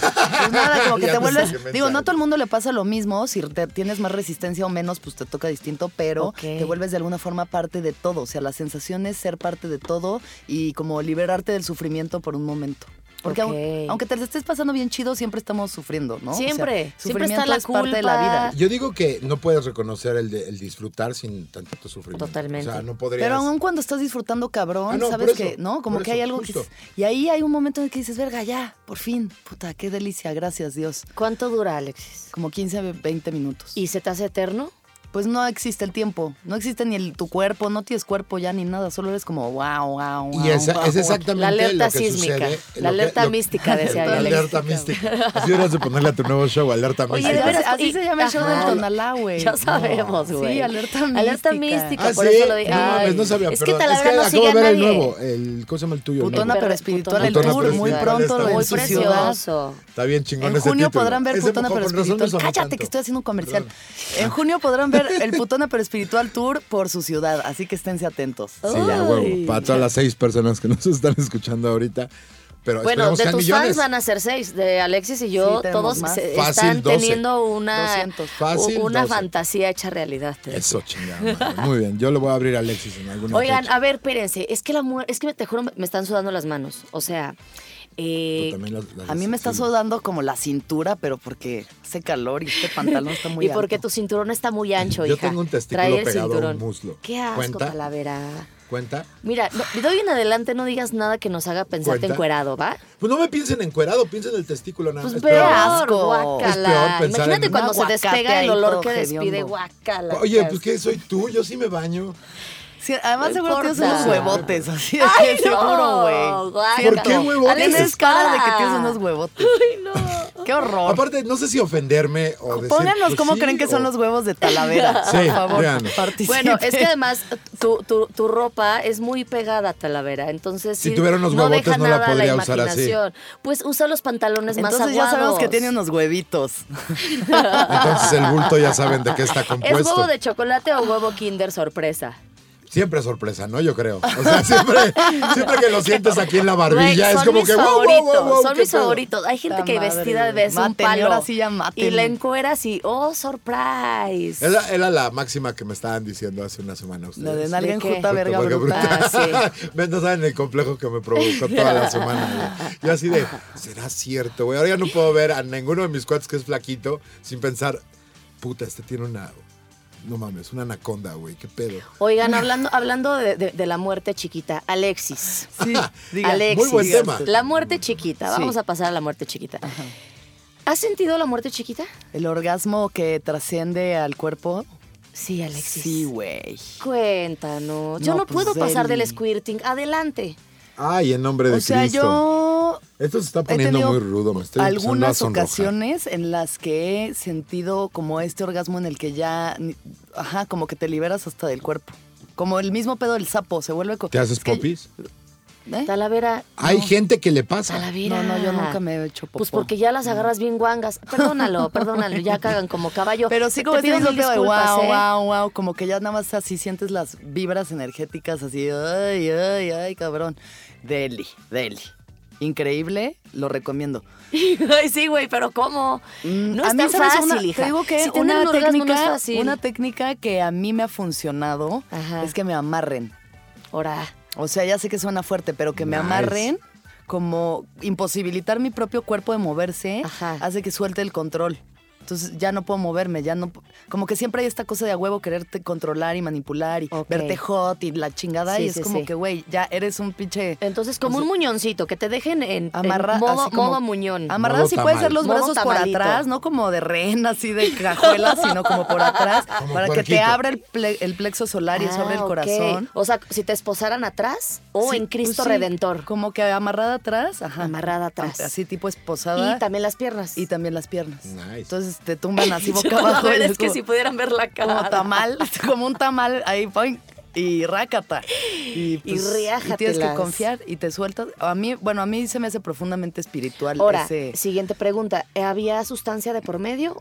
Speaker 3: nada, como que
Speaker 5: Ya
Speaker 3: te
Speaker 5: te
Speaker 3: vuelves.
Speaker 5: saqué
Speaker 3: Digo, no a
Speaker 5: mensaje.
Speaker 3: todo el mundo le pasa lo mismo. Si te- tienes más resistencia o menos, pues te toca distinto, pero
Speaker 4: Ok.
Speaker 3: te vuelves de alguna forma parte de todo. O sea, la sensación es ser parte de todo y como liberarte del sufrimiento por un momento. Porque
Speaker 4: Ok.
Speaker 3: aun- aunque te lo estés pasando bien chido, siempre estamos sufriendo, ¿no? O sea,
Speaker 4: Siempre, siempre
Speaker 3: sufrimiento
Speaker 4: está la
Speaker 3: es parte de la
Speaker 4: culpa.
Speaker 3: vida.
Speaker 5: Yo digo que no puedes reconocer el, de- el disfrutar sin tanto sufrimiento.
Speaker 4: Totalmente.
Speaker 5: O sea, no podrías.
Speaker 3: Pero aun cuando estás disfrutando cabrón,
Speaker 5: Ah, no,
Speaker 3: sabes
Speaker 5: por
Speaker 3: que,
Speaker 5: eso,
Speaker 3: ¿no? Como
Speaker 5: por
Speaker 3: que
Speaker 5: eso,
Speaker 3: hay algo que
Speaker 5: justo.
Speaker 3: dices- Y ahí hay un momento en el que dices, verga, ya, por fin. Puta, qué delicia, gracias Dios.
Speaker 4: ¿Cuánto dura, Alexis?
Speaker 3: Como 15, 20 minutos.
Speaker 4: ¿Y se te hace eterno?
Speaker 3: pues no existe el tiempo, no existe ni el, tu cuerpo, no tienes cuerpo ya ni nada, solo eres como wow, wow, wow.
Speaker 5: Y esa-
Speaker 3: wow,
Speaker 5: es
Speaker 3: wow.
Speaker 5: exactamente
Speaker 4: La alerta
Speaker 5: lo que
Speaker 4: sísmica,
Speaker 5: sucede.
Speaker 4: la
Speaker 5: lo que-
Speaker 4: alerta
Speaker 5: lo- *laughs*
Speaker 4: mística, decía
Speaker 5: La
Speaker 4: Alex.
Speaker 5: alerta mística. Así deberías de ponerle a tu nuevo show, alerta
Speaker 4: Oye,
Speaker 5: mística.
Speaker 4: de veras,
Speaker 3: así
Speaker 4: y-
Speaker 3: se llama el show del
Speaker 4: ajá.
Speaker 3: Tonalá, güey.
Speaker 4: Ya sabemos,
Speaker 3: Sí,
Speaker 4: güey.
Speaker 3: alerta
Speaker 4: Alerta
Speaker 3: mística.
Speaker 4: mística,
Speaker 5: Ah,
Speaker 4: por
Speaker 5: sí.
Speaker 4: eso lo dije.
Speaker 5: No,
Speaker 4: Ay,
Speaker 5: mames, no sabía,
Speaker 4: es que
Speaker 5: perdón.
Speaker 4: Talavera
Speaker 5: es que
Speaker 4: no
Speaker 5: acabo
Speaker 4: sigue a
Speaker 5: de ver el
Speaker 4: nadie.
Speaker 5: nuevo, el, ¿cómo se llama el tuyo? El
Speaker 3: Putona
Speaker 5: nuevo.
Speaker 3: pero
Speaker 4: Putona
Speaker 3: espiritual el
Speaker 5: pero
Speaker 3: tour, muy
Speaker 5: espiritual
Speaker 3: pronto
Speaker 5: está
Speaker 3: lo
Speaker 4: Muy
Speaker 3: en su ciudad.
Speaker 4: precioso.
Speaker 5: Está bien chingón
Speaker 3: En
Speaker 5: ese
Speaker 3: junio
Speaker 5: título.
Speaker 3: podrán ver
Speaker 5: Ese
Speaker 3: Putona
Speaker 5: con
Speaker 3: pero
Speaker 5: razón
Speaker 3: espiritual.
Speaker 5: sonó
Speaker 3: Cállate
Speaker 5: tanto.
Speaker 3: que estoy haciendo un comercial. En junio podrán
Speaker 5: *laughs*
Speaker 3: ver el Putona pero espiritual tour por su ciudad, así que esténse atentos.
Speaker 5: Sí, ya, huevo. Para todas las seis personas que nos *laughs* están escuchando ahorita. Pero
Speaker 4: Bueno,
Speaker 5: esperemos
Speaker 4: de
Speaker 5: que sean
Speaker 4: tus
Speaker 5: millones.
Speaker 4: fans van a ser seis. De Alexis y yo,
Speaker 3: Sí, tenemos
Speaker 4: todos
Speaker 3: más.
Speaker 4: se-
Speaker 5: Fácil,
Speaker 4: están
Speaker 5: 12.
Speaker 4: teniendo una,
Speaker 3: 200.
Speaker 5: Fácil,
Speaker 4: una
Speaker 5: 12.
Speaker 4: fantasía hecha realidad. te
Speaker 5: Eso, chingada. madre. Muy bien, yo le voy a abrir a Alexis en alguna
Speaker 4: Oigan,
Speaker 5: fecha.
Speaker 4: a ver, espérense. Es que la muerte, es que te juro, me están sudando las manos. O sea, eh,
Speaker 5: Tú también las- las-
Speaker 3: A mí me está
Speaker 5: sí.
Speaker 3: sudando como la cintura, pero porque hace calor y este pantalón está muy
Speaker 4: *laughs* y
Speaker 3: alto.
Speaker 4: porque tu cinturón está muy ancho,
Speaker 5: *laughs* Yo
Speaker 4: hija.
Speaker 5: tengo un testículo
Speaker 4: Trae el
Speaker 5: pegado a un
Speaker 4: cinturón.
Speaker 5: muslo.
Speaker 4: Qué asco,
Speaker 5: ¿Cuenta?
Speaker 4: Talavera.
Speaker 5: ¿Cuenta?
Speaker 4: Mira, no- de hoy en adelante no digas nada que nos haga pensarte
Speaker 5: ¿Cuenta?
Speaker 4: encuerado, ¿va?
Speaker 5: Pues no me piensen encuerado, piensen en el testículo nada más.
Speaker 4: Pues
Speaker 5: Es
Speaker 4: peor,
Speaker 5: peor.
Speaker 3: asco.
Speaker 5: Es peor
Speaker 4: guácala.
Speaker 5: pensar
Speaker 4: Imagínate
Speaker 5: en-
Speaker 4: cuando
Speaker 3: Un
Speaker 4: se
Speaker 3: aguacate
Speaker 4: despega
Speaker 3: ahí
Speaker 4: el olor
Speaker 3: todo
Speaker 4: que despide,
Speaker 3: hediondo.
Speaker 4: guácala.
Speaker 5: Oye, pues que soy tú, yo sí me baño.
Speaker 3: Sí, además
Speaker 4: No
Speaker 3: seguro tienes
Speaker 4: importa.
Speaker 3: unos
Speaker 4: *laughs*
Speaker 3: huevotes, así de
Speaker 4: Ay,
Speaker 3: que
Speaker 4: no,
Speaker 3: seguro, güey.
Speaker 4: guácala.
Speaker 5: ¿Por qué huevotes?
Speaker 4: Alex,
Speaker 3: Tienes cara de que
Speaker 4: para.
Speaker 3: tienes unos huevotes.
Speaker 4: Ay, no.
Speaker 3: Qué horror.
Speaker 5: Aparte, no sé si ofenderme o decir.
Speaker 3: Pónganos
Speaker 5: pues
Speaker 3: cómo
Speaker 5: sí,
Speaker 3: creen que son
Speaker 5: o-
Speaker 3: los huevos de Talavera.
Speaker 5: *laughs* Sí,
Speaker 3: por favor,
Speaker 5: vean.
Speaker 3: participen.
Speaker 4: Bueno, es que además tu, tu- tu ropa es muy pegada a Talavera, entonces
Speaker 5: Si
Speaker 4: sí,
Speaker 5: tuviera unos
Speaker 4: no
Speaker 5: huevotes,
Speaker 4: deja
Speaker 5: no la
Speaker 4: nada a
Speaker 5: podría usar así.
Speaker 4: imaginación. Pues usa los pantalones más
Speaker 3: Entonces
Speaker 4: aguados.
Speaker 3: ya sabemos que
Speaker 4: *laughs*
Speaker 3: tiene unos huevitos.
Speaker 5: Entonces el bulto ya saben de qué está compuesto.
Speaker 4: ¿Es huevo de chocolate o huevo Kinder sorpresa?
Speaker 5: Siempre sorpresa, ¿no? Yo creo. O sea, siempre, siempre que lo sientes aquí en la
Speaker 4: Güey,
Speaker 5: barbilla,
Speaker 4: son
Speaker 5: es como
Speaker 4: mis
Speaker 5: que. wow, wow, wow,
Speaker 4: favoritos,
Speaker 5: wow,
Speaker 4: son
Speaker 5: qué
Speaker 4: mis
Speaker 5: pedo.
Speaker 4: favoritos. Hay gente
Speaker 3: Puta
Speaker 4: que
Speaker 3: madre,
Speaker 4: vestida
Speaker 3: güey.
Speaker 4: ves un
Speaker 3: Mátenme,
Speaker 4: palo
Speaker 3: ahora sí ya
Speaker 4: y
Speaker 3: mátenme.
Speaker 4: la encueras y oh surprise.
Speaker 5: Era, era la máxima que me estaban diciendo hace una semana ustedes.
Speaker 3: La de nalga
Speaker 4: ¿De qué?
Speaker 3: enjuta, verga
Speaker 5: Porque
Speaker 3: bruta.
Speaker 5: bruta- *laughs* Ven, no saben el complejo que me provocó toda la semana. güey. Yo así de, será cierto, güey. Ahora ya no puedo ver a ninguno de mis cuates que es flaquito sin pensar, puta, este tiene una. No mames, una anaconda, güey. ¿Qué pedo?
Speaker 4: Oigan, hablando, hablando de, de- de la muerte chiquita, Alexis.
Speaker 5: *laughs*
Speaker 3: Sí, diga.
Speaker 4: Alexis,
Speaker 5: Muy buen
Speaker 4: diga
Speaker 5: tema.
Speaker 4: usted. La muerte chiquita,
Speaker 3: Sí.
Speaker 4: vamos a pasar a la muerte chiquita. ¿Has sentido la muerte chiquita?
Speaker 3: El orgasmo que trasciende al cuerpo.
Speaker 4: Sí, Alexis.
Speaker 3: Sí, güey.
Speaker 4: Cuéntanos. Yo
Speaker 3: No,
Speaker 4: no
Speaker 3: pues,
Speaker 4: puedo pasar
Speaker 3: Eli.
Speaker 4: del squirting. Adelante.
Speaker 5: Ay, en nombre de
Speaker 3: O sea,
Speaker 5: Cristo.
Speaker 3: yo
Speaker 5: Esto se está
Speaker 3: he
Speaker 5: poniendo
Speaker 3: tenido
Speaker 5: muy rudo, me estoy empezando
Speaker 3: algunas
Speaker 5: a sonrojar.
Speaker 3: ocasiones en las que he sentido como este orgasmo en el que ya, ni- ajá, como que te liberas hasta del cuerpo. Como el mismo pedo del sapo, se vuelve... co-
Speaker 5: ¿Te haces
Speaker 3: es que-
Speaker 5: popis?
Speaker 3: ¿Eh?
Speaker 4: Talavera.
Speaker 5: Hay gente que le pasa.
Speaker 4: Talavera.
Speaker 3: No, no, yo nunca me he hecho popó.
Speaker 4: Pues porque ya las agarras bien guangas. Perdónalo, perdónalo. Ya cagan como caballo.
Speaker 3: Pero sí
Speaker 4: Te
Speaker 3: como
Speaker 4: pido
Speaker 3: este
Speaker 4: mil
Speaker 3: mismo pedo de
Speaker 4: disculpas,
Speaker 3: wow,
Speaker 4: ¿eh?
Speaker 3: wow, wow, como que ya nada más así sientes las vibras energéticas así, ay, ay, ay, cabrón. Deli, deli. increíble, lo recomiendo.
Speaker 4: *laughs* Ay, sí, güey, pero ¿cómo?
Speaker 3: Mm,
Speaker 4: No es tan
Speaker 3: ¿sabes?
Speaker 4: fácil,
Speaker 3: Una- te
Speaker 4: hija.
Speaker 3: digo que
Speaker 4: Si tener
Speaker 3: una,
Speaker 4: un orgasmo
Speaker 3: técnica,
Speaker 4: no es fácil.
Speaker 3: una técnica que a mí me ha funcionado
Speaker 4: Ajá.
Speaker 3: es que me amarren.
Speaker 4: Ahora,
Speaker 3: O sea, ya sé que suena fuerte, pero que me
Speaker 5: Nice.
Speaker 3: amarren, como imposibilitar mi propio cuerpo de moverse,
Speaker 4: Ajá.
Speaker 3: hace que suelte el control. Entonces ya no puedo moverme, ya no. p- Como que siempre hay esta cosa de a huevo quererte controlar y manipular y
Speaker 4: Ok.
Speaker 3: verte hot y la chingada.
Speaker 4: Sí,
Speaker 3: y es
Speaker 4: sí,
Speaker 3: como
Speaker 4: sí.
Speaker 3: que, güey, ya eres un pinche.
Speaker 4: entonces como un muñoncito, que te dejen en, en
Speaker 3: Pues Amarra,
Speaker 4: modo,
Speaker 3: así como-
Speaker 4: modo muñón.
Speaker 3: Amarrado
Speaker 5: Modo
Speaker 3: sí pueden
Speaker 5: tamal.
Speaker 3: ser los
Speaker 4: Modo
Speaker 3: brazos por
Speaker 4: tamalito.
Speaker 3: atrás, no como de rehén, así de
Speaker 4: *laughs*
Speaker 3: cajuela, sino como por atrás,
Speaker 5: Como
Speaker 3: para que te
Speaker 5: puerquito.
Speaker 3: abra el, ple- el plexo solar y eso abre el
Speaker 4: Ah, ok.
Speaker 3: corazón.
Speaker 4: O sea, si te esposaran atrás o
Speaker 3: Sí,
Speaker 4: en Cristo
Speaker 3: pues sí,
Speaker 4: Redentor.
Speaker 3: Como que amarrada atrás, ajá.
Speaker 4: Amarrada atrás.
Speaker 3: Así tipo esposada.
Speaker 4: Y también las piernas. *laughs*
Speaker 3: y también las piernas.
Speaker 5: Nice.
Speaker 3: Entonces te tumban así
Speaker 4: Yo,
Speaker 3: boca
Speaker 4: la
Speaker 3: abajo.
Speaker 4: verdad
Speaker 3: y
Speaker 4: es que si pudieran ver la cara.
Speaker 3: Como tamal, *laughs* como un tamal ahí, poing, y rácata. Y, pues,
Speaker 4: riájatelas.
Speaker 3: tienes que confiar y te sueltas. A mí, bueno, a mí se me hace profundamente espiritual
Speaker 4: Ahora,
Speaker 3: ese-
Speaker 4: siguiente pregunta. ¿Había sustancia de por medio?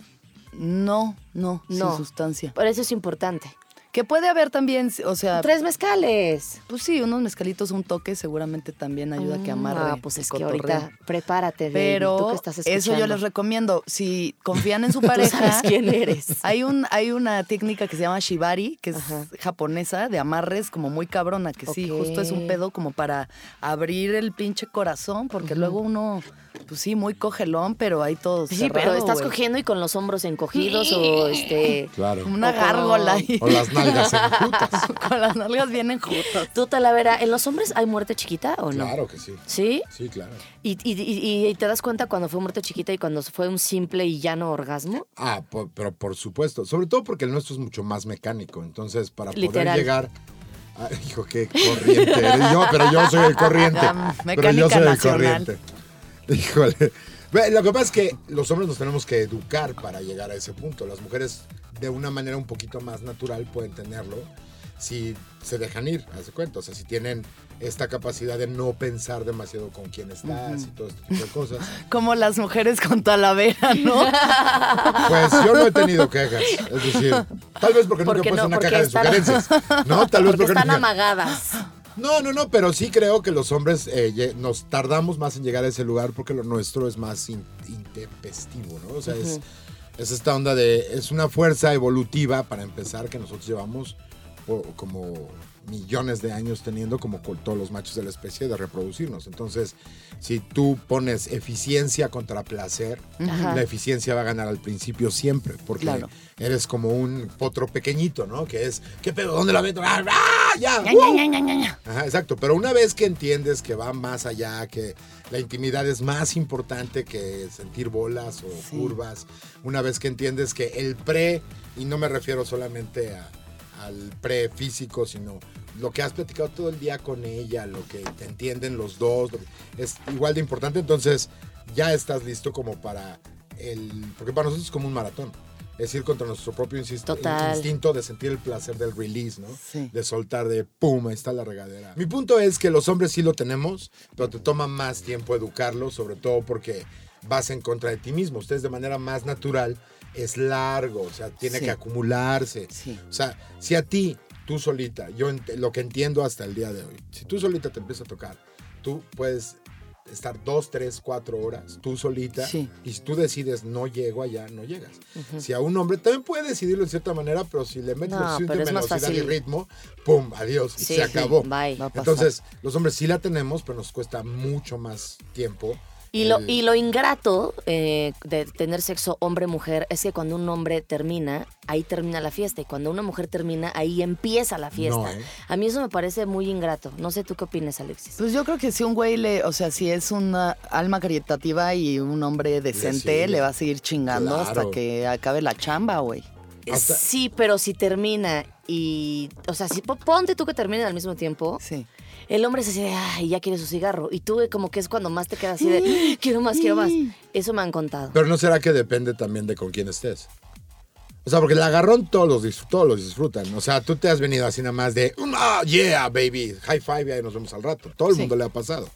Speaker 3: No, no,
Speaker 4: No.
Speaker 3: sin sustancia.
Speaker 4: Por eso es importante.
Speaker 3: Que puede haber también, o sea,
Speaker 4: Tres mezcales.
Speaker 3: pues sí, unos mezcalitos, un toque seguramente también ayuda a que amarre.
Speaker 4: Ah, pues
Speaker 3: el
Speaker 4: es que
Speaker 3: cotorreo.
Speaker 4: ahorita prepárate, baby, tú que
Speaker 3: Pero
Speaker 4: estás
Speaker 3: eso yo les
Speaker 4: escuchando.
Speaker 3: recomiendo. Si confían
Speaker 4: *laughs*
Speaker 3: en su
Speaker 4: Tú
Speaker 3: pareja.
Speaker 4: sabes quién
Speaker 3: *laughs*
Speaker 4: eres.
Speaker 3: Hay, un, hay una técnica que se llama shibari, que es
Speaker 4: Ajá.
Speaker 3: japonesa, de amarres como muy cabrona, que sí,
Speaker 4: Ok.
Speaker 3: justo es un pedo como para abrir el pinche corazón, porque luego uno, pues sí, muy cogelón, pero hay todo
Speaker 4: Sí,
Speaker 3: cerrado,
Speaker 4: pero estás
Speaker 3: güey.
Speaker 4: cogiendo y con los hombros encogidos
Speaker 3: *laughs*
Speaker 4: o este...
Speaker 5: Claro.
Speaker 3: Como una
Speaker 4: O con-
Speaker 3: gárgola ahí.
Speaker 5: O las nalgas enjutas.
Speaker 3: *laughs* Con las nalgas vienen juntas.
Speaker 4: Tú, Talavera, ¿en los hombres hay muerte chiquita o no?
Speaker 5: Claro que sí.
Speaker 4: ¿Sí?
Speaker 5: Sí, claro.
Speaker 4: ¿Y, y- y- y te das cuenta cuando fue muerte chiquita y cuando fue un simple y llano orgasmo?
Speaker 5: Ah, po- pero por supuesto. Sobre todo porque el nuestro es mucho más mecánico. Entonces, para
Speaker 4: Literal.
Speaker 5: poder llegar. Ah, *laughs* hijo, qué corriente eres. Yo, pero yo soy el corriente.
Speaker 3: Ya,
Speaker 5: pero
Speaker 3: mecánica
Speaker 5: yo soy
Speaker 3: nacional.
Speaker 5: el corriente. Híjole. Ve, Lo que pasa es que los hombres nos tenemos que educar para llegar a ese punto. Las mujeres, de una manera un poquito más natural, pueden tenerlo si se dejan ir, haz de cuenta. O sea, si tienen esta capacidad de no pensar demasiado con quién estás y todo este tipo de cosas.
Speaker 3: Como las mujeres con talavera,
Speaker 4: *laughs*
Speaker 3: ¿no?
Speaker 5: Pues yo no he tenido quejas. Es decir, tal vez porque,
Speaker 4: Porque
Speaker 5: nunca
Speaker 4: no,
Speaker 5: he puesto una
Speaker 4: porque
Speaker 5: caja de
Speaker 4: están-
Speaker 5: sugerencias. No,
Speaker 4: *laughs*
Speaker 5: tal vez
Speaker 4: Porque
Speaker 5: porque,
Speaker 4: están
Speaker 5: nunca- *laughs*
Speaker 4: amagadas.
Speaker 5: No, no, no, pero sí creo que los hombres eh, lle- nos tardamos más en llegar a ese lugar porque lo nuestro es más in- intempestivo, ¿no? O sea, es, es esta onda de. Es una fuerza evolutiva para empezar que nosotros llevamos po- como millones de años teniendo como con todos los machos de la especie de reproducirnos. Entonces, si tú pones eficiencia contra placer,
Speaker 4: Ajá.
Speaker 5: la eficiencia va a ganar al principio siempre, porque
Speaker 3: Claro.
Speaker 5: eres como un potro pequeñito, ¿no? Que es, ¿qué pedo? ¿Dónde la meto? ¡Ah, ah, ya!
Speaker 3: Ña,
Speaker 5: ¡Wow!
Speaker 3: ña, ña, ña, ña.
Speaker 5: Ajá, exacto. Pero una vez que entiendes que va más allá, que la intimidad es más importante que sentir bolas o curvas, una vez que entiendes que el pre, y no me refiero solamente a- al pre físico, sino lo que has platicado todo el día con ella, lo que te entienden los dos, lo que- es igual de importante. Entonces ya estás listo como para el... Porque para nosotros es como un maratón. Es ir contra nuestro propio insist-
Speaker 4: Total.
Speaker 5: instinto de sentir el placer del release, ¿no?
Speaker 3: Sí.
Speaker 5: de soltar de pum, ahí está la regadera. Mi punto es que los hombres sí lo tenemos, pero te toma más tiempo educarlos, sobre todo porque vas en contra de ti mismo. Ustedes de manera más natural es largo, o sea, tiene
Speaker 3: Sí.
Speaker 5: que acumularse.
Speaker 3: Sí.
Speaker 5: O sea, si a ti, tú solita, yo ent- lo que entiendo hasta el día de hoy, si tú solita te empiezas a tocar, tú puedes estar dos, tres, cuatro horas tú solita
Speaker 3: Sí.
Speaker 5: y si tú decides no llego allá, no llegas. Si a un hombre también puede decidirlo de cierta manera, pero si le metes
Speaker 4: No,
Speaker 5: los suficiente
Speaker 4: pero es más
Speaker 5: velocidad y
Speaker 4: fácil.
Speaker 5: ritmo, pum, adiós,
Speaker 4: Sí,
Speaker 5: se acabó.
Speaker 4: bye.
Speaker 3: Va a pasar.
Speaker 5: Entonces, los hombres sí la tenemos, pero nos cuesta mucho más tiempo.
Speaker 4: Y lo,
Speaker 5: el-
Speaker 4: y lo ingrato eh, de tener sexo hombre-mujer es que cuando un hombre termina, ahí termina la fiesta. Y cuando una mujer termina, ahí empieza la fiesta.
Speaker 5: No, ¿eh?
Speaker 4: A mí eso me parece muy ingrato. No sé tú qué opinas, Alexis.
Speaker 3: Pues yo creo que si un güey le, o sea, si es una alma caritativa y un hombre decente,
Speaker 5: sigue.
Speaker 3: le va a seguir chingando
Speaker 5: Claro.
Speaker 3: hasta que acabe la chamba, güey.
Speaker 5: Hasta-
Speaker 4: Sí, pero si termina y. O sea, si po- ponte tú que terminen al mismo tiempo,
Speaker 3: Sí.
Speaker 4: el hombre se así de, ay, ya quiere su cigarro. Y tú, eh, como que es cuando más te quedas así de, "Ah, quiero más, quiero más. Eso me han contado.
Speaker 5: Pero no será que depende también de con quién estés. O sea, porque el agarrón todos los, dis- todos los disfrutan. O sea, tú te has venido así nada más de, "Mm, ah, yeah, baby, high five, y ahí nos vemos al rato. Todo el mundo le ha pasado.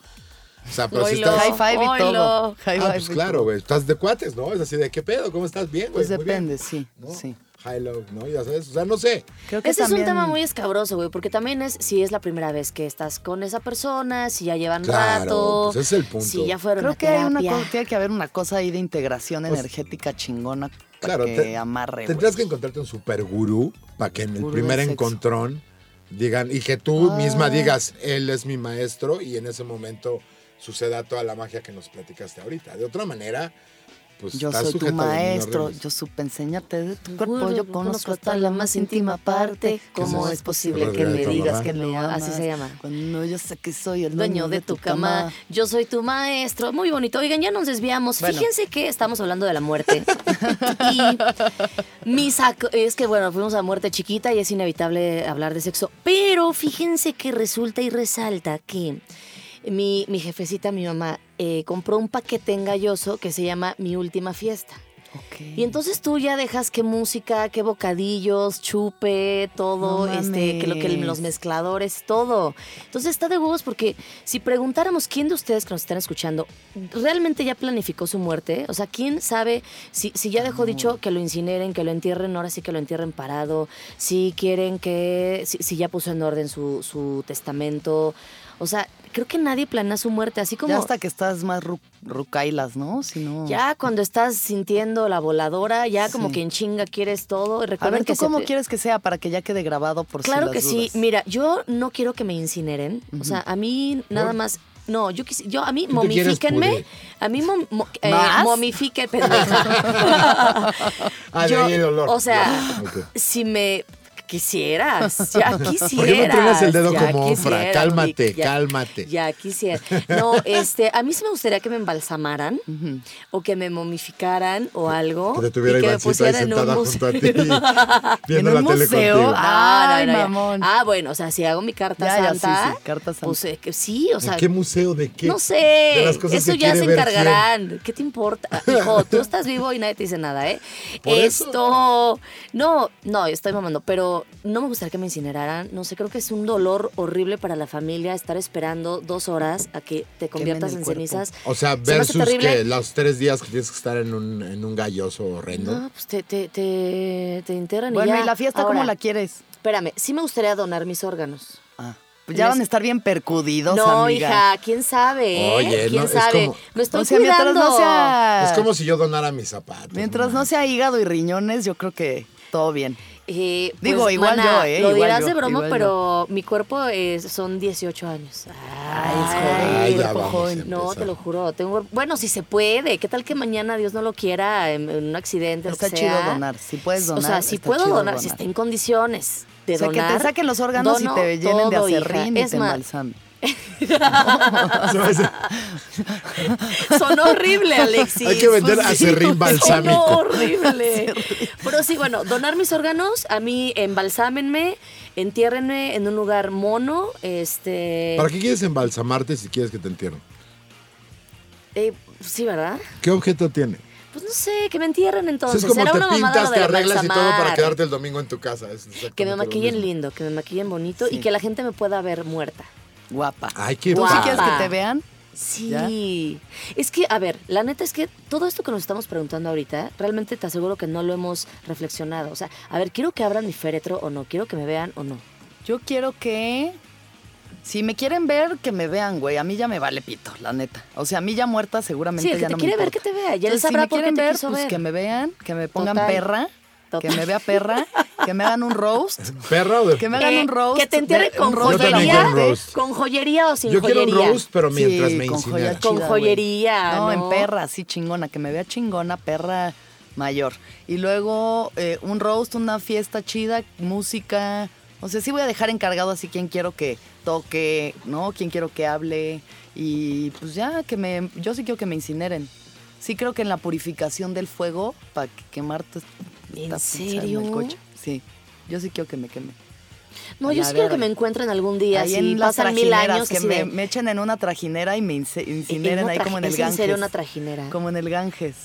Speaker 5: O sea, pero si
Speaker 4: Oilo.
Speaker 5: estás...
Speaker 3: High five y
Speaker 4: Oilo.
Speaker 3: todo. High
Speaker 5: Ah,
Speaker 3: five
Speaker 5: pues
Speaker 3: y
Speaker 5: claro,
Speaker 3: todo.
Speaker 5: güey. Estás de cuates, ¿no? Es así de, ¿qué pedo? ¿Cómo estás? Bien, güey.
Speaker 3: Pues
Speaker 5: muy bien".
Speaker 3: depende, sí,
Speaker 5: ¿No?
Speaker 3: sí.
Speaker 5: high low, ¿no? Ya sabes, o sea, no sé.
Speaker 3: Creo
Speaker 4: Ese es un
Speaker 3: también-
Speaker 4: tema muy escabroso, güey, porque también es si es la primera vez que estás con esa persona, si ya llevan
Speaker 5: Claro,
Speaker 4: rato.
Speaker 5: pues ese es el punto.
Speaker 4: Si ya fueron
Speaker 3: Creo
Speaker 4: a
Speaker 3: que hay una
Speaker 4: terapia.
Speaker 3: cosa- tiene que haber una cosa ahí de integración energética chingona para
Speaker 5: Pues Claro,
Speaker 3: que
Speaker 5: te-
Speaker 3: amarre.
Speaker 5: Tendrás que
Speaker 3: güey.
Speaker 5: encontrarte un super gurú para que en el
Speaker 3: Gurú
Speaker 5: primer
Speaker 3: del sexo.
Speaker 5: encontrón digan y que tú
Speaker 3: Ah.
Speaker 5: misma digas, él es mi maestro y en ese momento suceda toda la magia que nos platicaste ahorita. De otra manera, pues
Speaker 3: Yo
Speaker 5: estás
Speaker 3: soy tu
Speaker 5: sujeta a dominio
Speaker 3: maestro,
Speaker 5: horrible.
Speaker 3: yo supe, enséñate de tu cuerpo,
Speaker 4: Gurú,
Speaker 3: yo conozco hasta la más íntima parte.
Speaker 4: ¿Qué es
Speaker 3: ¿Cómo
Speaker 4: eso?
Speaker 3: es posible que
Speaker 5: Rodrigo
Speaker 3: me
Speaker 5: de
Speaker 3: digas
Speaker 5: Tomás.
Speaker 3: que me amas?
Speaker 4: Así se llama.
Speaker 3: Cuando yo sé que soy el
Speaker 4: Dueño de tu cama, yo soy tu maestro. Muy bonito. Oigan, ya nos desviamos.
Speaker 3: Bueno.
Speaker 4: Fíjense que estamos hablando de la *laughs* muerte. y mi saco, es que bueno, fuimos a muerte chiquita y es inevitable hablar de sexo. Pero fíjense que resulta y resalta que mi, mi jefecita, mi mamá, eh, compró un paquete engalloso que se llama Mi Última Fiesta. Y entonces tú ya dejas que música, que bocadillos, chupe, todo,
Speaker 3: No
Speaker 4: este, que lo que
Speaker 3: mames.
Speaker 4: los mezcladores, todo. Entonces está de huevos porque si preguntáramos quién de ustedes que nos están escuchando realmente ya planificó su muerte, o sea, quién sabe si, si ya dejó dicho que lo incineren, que lo entierren, ahora sí que lo entierren parado, si quieren que, si, si ya puso en orden su, su testamento, o sea, creo que nadie planea su muerte, así como...
Speaker 3: Ya hasta que estás más ru- rucailas, ¿no? Si no...
Speaker 4: Ya cuando estás sintiendo la voladora, ya como
Speaker 3: Sí.
Speaker 4: que en chinga quieres todo. Y
Speaker 3: A
Speaker 4: recuerden
Speaker 3: ver, ¿tú
Speaker 4: que se
Speaker 3: cómo
Speaker 4: te-
Speaker 3: quieres que sea para que ya quede grabado por si
Speaker 4: Claro
Speaker 3: las
Speaker 4: que sí.
Speaker 3: dudas?
Speaker 4: Mira, yo no quiero que me incineren. O sea, a mí nada más. No, yo quisi- yo a mí
Speaker 5: te quieres
Speaker 4: momifíquenme,
Speaker 5: pudrir?
Speaker 4: a mí mom, mo- eh,
Speaker 3: ¿Más?
Speaker 5: *laughs*
Speaker 4: momifique, pendeja.
Speaker 5: Ah, de
Speaker 4: Yo-
Speaker 5: ahí el olor.
Speaker 4: O sea, *laughs*
Speaker 5: Ok.
Speaker 4: si me quisieras, ya quisieras.
Speaker 5: *laughs* ¿Por qué me truenas el dedo
Speaker 4: ya
Speaker 5: como
Speaker 4: quisiera,
Speaker 5: Ofra? Cálmate,
Speaker 4: Rick, ya-
Speaker 5: cálmate.
Speaker 4: Ya quisiera. No,
Speaker 5: *laughs*
Speaker 4: este, a mí sí me gustaría que me embalsamaran o que me momificaran o algo.
Speaker 5: Que te tuviera
Speaker 4: y que me
Speaker 5: Ivancito ahí
Speaker 4: pusieran en un
Speaker 5: sentada
Speaker 4: *laughs*
Speaker 5: junto a ti,
Speaker 4: museo. *laughs*
Speaker 5: viendo
Speaker 3: En
Speaker 5: la
Speaker 3: un
Speaker 5: tele
Speaker 3: museo,
Speaker 5: contigo.
Speaker 3: ah, Ay, mamón.
Speaker 4: Ah, bueno, o sea, si hago mi carta
Speaker 3: Ya, ya, sí,
Speaker 4: santa.
Speaker 3: sí, carta santa.
Speaker 4: Pues eh, que sí, o sea.
Speaker 5: ¿De qué museo? ¿De qué?
Speaker 4: No
Speaker 5: De
Speaker 4: sé,
Speaker 5: las cosas
Speaker 4: eso
Speaker 5: que
Speaker 4: ya
Speaker 5: quiere
Speaker 4: se
Speaker 5: ver
Speaker 4: encargarán. ¿Qué te importa? Hijo,
Speaker 5: *laughs*
Speaker 4: tú estás vivo y nadie te dice nada, ¿eh?
Speaker 5: Por eso.
Speaker 4: Esto. No, no, estoy mamando, pero no me gustaría que me incineraran. No sé, creo que es un dolor horrible para la familia estar esperando dos horas a que te conviertas
Speaker 3: el
Speaker 4: en
Speaker 3: cuerpo.
Speaker 4: cenizas.
Speaker 5: O sea,
Speaker 4: Se me hace
Speaker 5: versus
Speaker 4: terrible.
Speaker 5: que los tres días que tienes que estar en un, en un galloso horrendo.
Speaker 4: No, pues te, te, te, te enterran y
Speaker 3: Bueno,
Speaker 4: ya.
Speaker 3: ¿y la fiesta cómo
Speaker 4: Ahora,
Speaker 3: la quieres?
Speaker 4: Espérame, sí me gustaría donar mis órganos.
Speaker 3: Ah, pues ya van a estar bien percudidos,
Speaker 4: no,
Speaker 3: amiga.
Speaker 4: hija, quién sabe, ¿eh?
Speaker 5: Oye,
Speaker 4: quién
Speaker 5: no, es
Speaker 4: sabe.
Speaker 5: como-
Speaker 4: Me estoy
Speaker 3: O sea,
Speaker 4: cuidando.
Speaker 3: mientras no sea...
Speaker 5: Es
Speaker 4: ah.
Speaker 5: como si yo donara mis zapatos.
Speaker 3: Mientras no
Speaker 5: manches.
Speaker 3: sea hígado y riñones, yo creo que todo bien.
Speaker 4: Eh, pues,
Speaker 3: Digo, igual
Speaker 4: mana,
Speaker 3: yo, ¿eh?
Speaker 4: Lo
Speaker 3: Igual
Speaker 4: dirás
Speaker 3: yo,
Speaker 4: de broma,
Speaker 3: igual
Speaker 4: pero mi cuerpo es- son 18 años.
Speaker 3: Ay,
Speaker 5: Ay,
Speaker 3: es
Speaker 5: ya
Speaker 3: cuerpo
Speaker 5: vamos a
Speaker 3: joven.
Speaker 4: No,
Speaker 5: empezar.
Speaker 4: te lo *laughs* juro. Tengo, un cuerpo- bueno, si se puede. ¿Qué tal que mañana, Dios no lo quiera, en, en un accidente? lo
Speaker 3: Está
Speaker 4: que
Speaker 3: chido
Speaker 4: sea?
Speaker 3: donar. Si puedes
Speaker 4: O sea,
Speaker 3: donar,
Speaker 4: si
Speaker 3: está
Speaker 4: puedo
Speaker 3: chido
Speaker 4: donar, si
Speaker 3: donar.
Speaker 4: está en condiciones de
Speaker 3: O sea, que
Speaker 4: donar.
Speaker 3: te saquen los órganos y
Speaker 4: dono
Speaker 3: te llenen de
Speaker 4: todo, hija.
Speaker 3: acerrín y
Speaker 4: Es
Speaker 3: te
Speaker 4: más, *laughs*
Speaker 3: embalsamen.
Speaker 4: Sonó horrible, Alexis.
Speaker 5: Hay que vender
Speaker 4: Pues sí,
Speaker 5: acerrín balsámico.
Speaker 4: Sonó horrible. Pero sí, bueno, donar mis órganos, a mí embalsámenme, entiérrenme en un lugar mono, este...
Speaker 5: *laughs* ¿Para qué quieres embalsamarte si quieres que te entierren?
Speaker 4: eh, sí, ¿verdad?
Speaker 5: ¿Qué objeto tiene?
Speaker 4: Pues no sé, que me entierren
Speaker 5: O sea,
Speaker 4: entonces.
Speaker 5: es como
Speaker 4: Era
Speaker 5: te
Speaker 4: una mamada
Speaker 5: pintas,
Speaker 4: lo
Speaker 5: te
Speaker 4: de
Speaker 5: arreglas y todo para
Speaker 4: embalsamar.
Speaker 5: quedarte el domingo en tu casa. Es exactamente
Speaker 4: Que me
Speaker 5: lo
Speaker 4: maquillen
Speaker 5: mismo.
Speaker 4: lindo, que me maquillen bonito
Speaker 3: Sí.
Speaker 4: y que la gente me pueda ver muerta.
Speaker 3: Guapa.
Speaker 5: Ay, qué
Speaker 3: ¿Tú sí
Speaker 4: guapa.
Speaker 3: quieres que te vean?
Speaker 4: Sí. Es que, a ver, la neta es que todo esto que nos estamos preguntando ahorita, realmente te aseguro que no lo hemos reflexionado. O sea, a ver, quiero que abran mi féretro o no, quiero que me vean o no.
Speaker 3: Yo quiero que. Si me quieren ver, que me vean, güey. A mí ya me vale pito, la neta. O sea, a mí ya muerta seguramente
Speaker 4: Sí, el que
Speaker 3: ya
Speaker 4: te
Speaker 3: no me
Speaker 4: quiere ver,
Speaker 3: importa.
Speaker 4: que te vea. Ya él
Speaker 3: Entonces, si
Speaker 4: sabrá
Speaker 3: me
Speaker 4: por qué
Speaker 3: quieren
Speaker 4: te
Speaker 3: ver,
Speaker 4: quiso
Speaker 3: pues
Speaker 4: ver.
Speaker 3: que me vean, que me pongan
Speaker 4: Total.
Speaker 3: perra,
Speaker 4: Total.
Speaker 3: que me vea perra, que me hagan un
Speaker 5: *laughs*
Speaker 3: roast,
Speaker 5: ¿Perra o de.?
Speaker 3: que me hagan
Speaker 4: Eh,
Speaker 3: un roast.
Speaker 4: que te entierren
Speaker 3: de-
Speaker 4: con
Speaker 3: un roast de
Speaker 5: también
Speaker 4: joyería.
Speaker 5: quiero un roast.
Speaker 4: Con joyería o sin
Speaker 5: Yo quiero
Speaker 4: joyería.
Speaker 5: un roast, pero mientras
Speaker 3: Sí,
Speaker 5: me
Speaker 3: con joya
Speaker 5: incineran.
Speaker 4: Con
Speaker 3: chida,
Speaker 4: joyería,
Speaker 3: güey.
Speaker 4: ¿no?
Speaker 3: en perra, así chingona, que me vea chingona, perra mayor. Y luego eh, un roast, una fiesta chida, música. O sea, sí voy a dejar encargado así quién quiero que toque, ¿no? Quién quiero que hable. Y pues ya, que me. Yo sí quiero que me incineren. Sí creo que en la purificación del fuego, para quemarte
Speaker 4: ¿En
Speaker 3: el
Speaker 4: serio?
Speaker 3: coche. Sí. Yo sí quiero que me quemen.
Speaker 4: No,
Speaker 3: A
Speaker 4: yo
Speaker 3: la
Speaker 4: sí quiero que
Speaker 3: verga.
Speaker 4: me encuentren algún día.
Speaker 3: Ahí
Speaker 4: si
Speaker 3: en las
Speaker 4: pasan mil
Speaker 3: trajineras,
Speaker 4: años
Speaker 3: que
Speaker 4: así
Speaker 3: me,
Speaker 4: de-
Speaker 3: me echen en una trajinera y me ince- incineren
Speaker 4: una
Speaker 3: ahí
Speaker 4: traje-
Speaker 3: como en el
Speaker 4: ¿Es
Speaker 3: Ganges.
Speaker 4: en serio una trajinera?
Speaker 3: Como en el Ganges.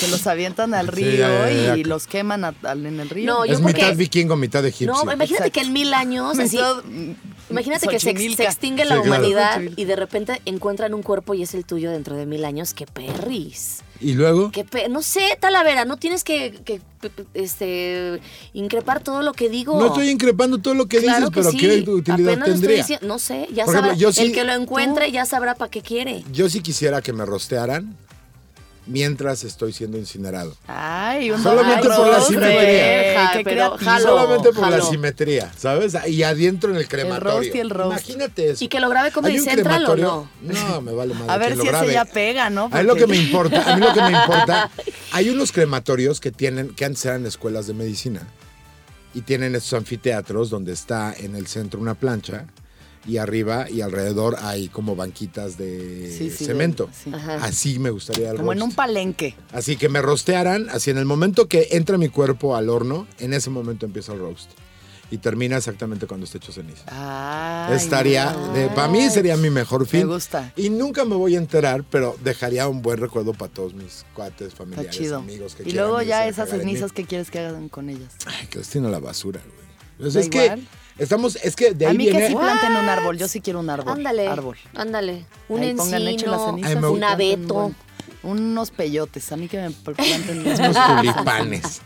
Speaker 3: Que los avientan al
Speaker 5: Sí,
Speaker 3: río
Speaker 5: ya, ya, ya.
Speaker 3: y los queman a- al- en el río.
Speaker 4: No, yo
Speaker 5: Es
Speaker 4: creo
Speaker 5: mitad
Speaker 4: que-
Speaker 5: vikingo, mitad egipcio.
Speaker 4: No, imagínate
Speaker 3: Exacto.
Speaker 4: que en mil años, así,
Speaker 3: Mitad-
Speaker 4: Imagínate que se, ex- se
Speaker 3: Xochimilca.
Speaker 4: extingue la
Speaker 5: Sí, claro.
Speaker 4: humanidad
Speaker 3: Xochimilca.
Speaker 4: y de repente encuentran un cuerpo y es el tuyo dentro de mil años. ¡Qué perris!
Speaker 5: Y luego,
Speaker 4: ¡Qué pe- No sé, Talavera, no tienes que, que, p- p- este, increpar todo lo que digo.
Speaker 5: no estoy increpando todo lo que
Speaker 4: Claro
Speaker 5: dices, pero ¿qué utilidad
Speaker 4: Apenas estoy
Speaker 5: tendría?
Speaker 4: diciendo- no sé, ya
Speaker 5: Por
Speaker 4: sabrá.
Speaker 5: ejemplo, yo sí-
Speaker 4: el que lo encuentre ya sabrá para qué quiere.
Speaker 5: Yo sí quisiera que me rostearan mientras estoy siendo incinerado.
Speaker 3: Ay, un
Speaker 5: Solamente
Speaker 3: ay,
Speaker 5: por la
Speaker 3: Rose,
Speaker 5: simetría.
Speaker 3: deja,
Speaker 4: Qué
Speaker 3: pero
Speaker 4: creativo. Jalo,
Speaker 5: Solamente por la
Speaker 4: jalo.
Speaker 5: simetría, ¿sabes? Y adentro en el crematorio.
Speaker 3: roast y el roast.
Speaker 5: Imagínate eso.
Speaker 4: Y que lo grabe Comedy
Speaker 5: ¿Hay un
Speaker 4: Central, ¿o
Speaker 5: crematorio? No, me vale madre.
Speaker 3: A ver
Speaker 5: quien lo
Speaker 3: si ese
Speaker 5: grabe.
Speaker 3: ya pega, ¿no?
Speaker 5: A mí lo que
Speaker 3: Porque-
Speaker 5: me importa, a mí lo que me
Speaker 3: *laughs*
Speaker 5: importa, hay unos crematorios que tienen, que antes eran escuelas de medicina y tienen estos anfiteatros donde está en el centro una plancha y arriba y alrededor hay como banquitas de
Speaker 3: Sí, sí,
Speaker 5: cemento.
Speaker 3: de- sí.
Speaker 4: Ajá.
Speaker 5: Así me gustaría algo.
Speaker 3: Como en un palenque.
Speaker 5: Así que me rostearan, así en el momento que entra mi cuerpo al horno, en ese momento empieza el roast. Y termina exactamente cuando esté hecho ceniza.
Speaker 3: Ay,
Speaker 5: Estaría,
Speaker 3: no.
Speaker 5: para mí sería mi mejor fin.
Speaker 3: gusta.
Speaker 5: Y nunca me voy a enterar, pero dejaría un buen recuerdo para todos mis cuates,
Speaker 3: Está
Speaker 5: familiares,
Speaker 3: chido.
Speaker 5: amigos que
Speaker 3: Y
Speaker 5: quieran
Speaker 3: luego
Speaker 5: irse
Speaker 3: ya
Speaker 5: a
Speaker 3: esas
Speaker 5: cagar en mí.
Speaker 3: cenizas, ¿qué quieres que hagan con ellas?
Speaker 5: Ay, que destino a la basura, güey. Pues
Speaker 3: Da
Speaker 5: es que
Speaker 3: igual.
Speaker 5: estamos, es que de ahí
Speaker 3: a mí
Speaker 5: viene.
Speaker 3: que sí
Speaker 5: *laughs*
Speaker 3: planten un árbol. Yo sí quiero un árbol.
Speaker 4: Ándale.
Speaker 3: Árbol.
Speaker 4: Ándale. Un
Speaker 3: Ahí pongan leche en las
Speaker 4: encino,
Speaker 5: Ay,
Speaker 3: cenizas.
Speaker 5: me
Speaker 4: un
Speaker 5: gusta.
Speaker 4: abeto.
Speaker 3: Unos peyotes. A mí que
Speaker 4: *laughs*
Speaker 3: me planten unos
Speaker 5: Unos tulipanes.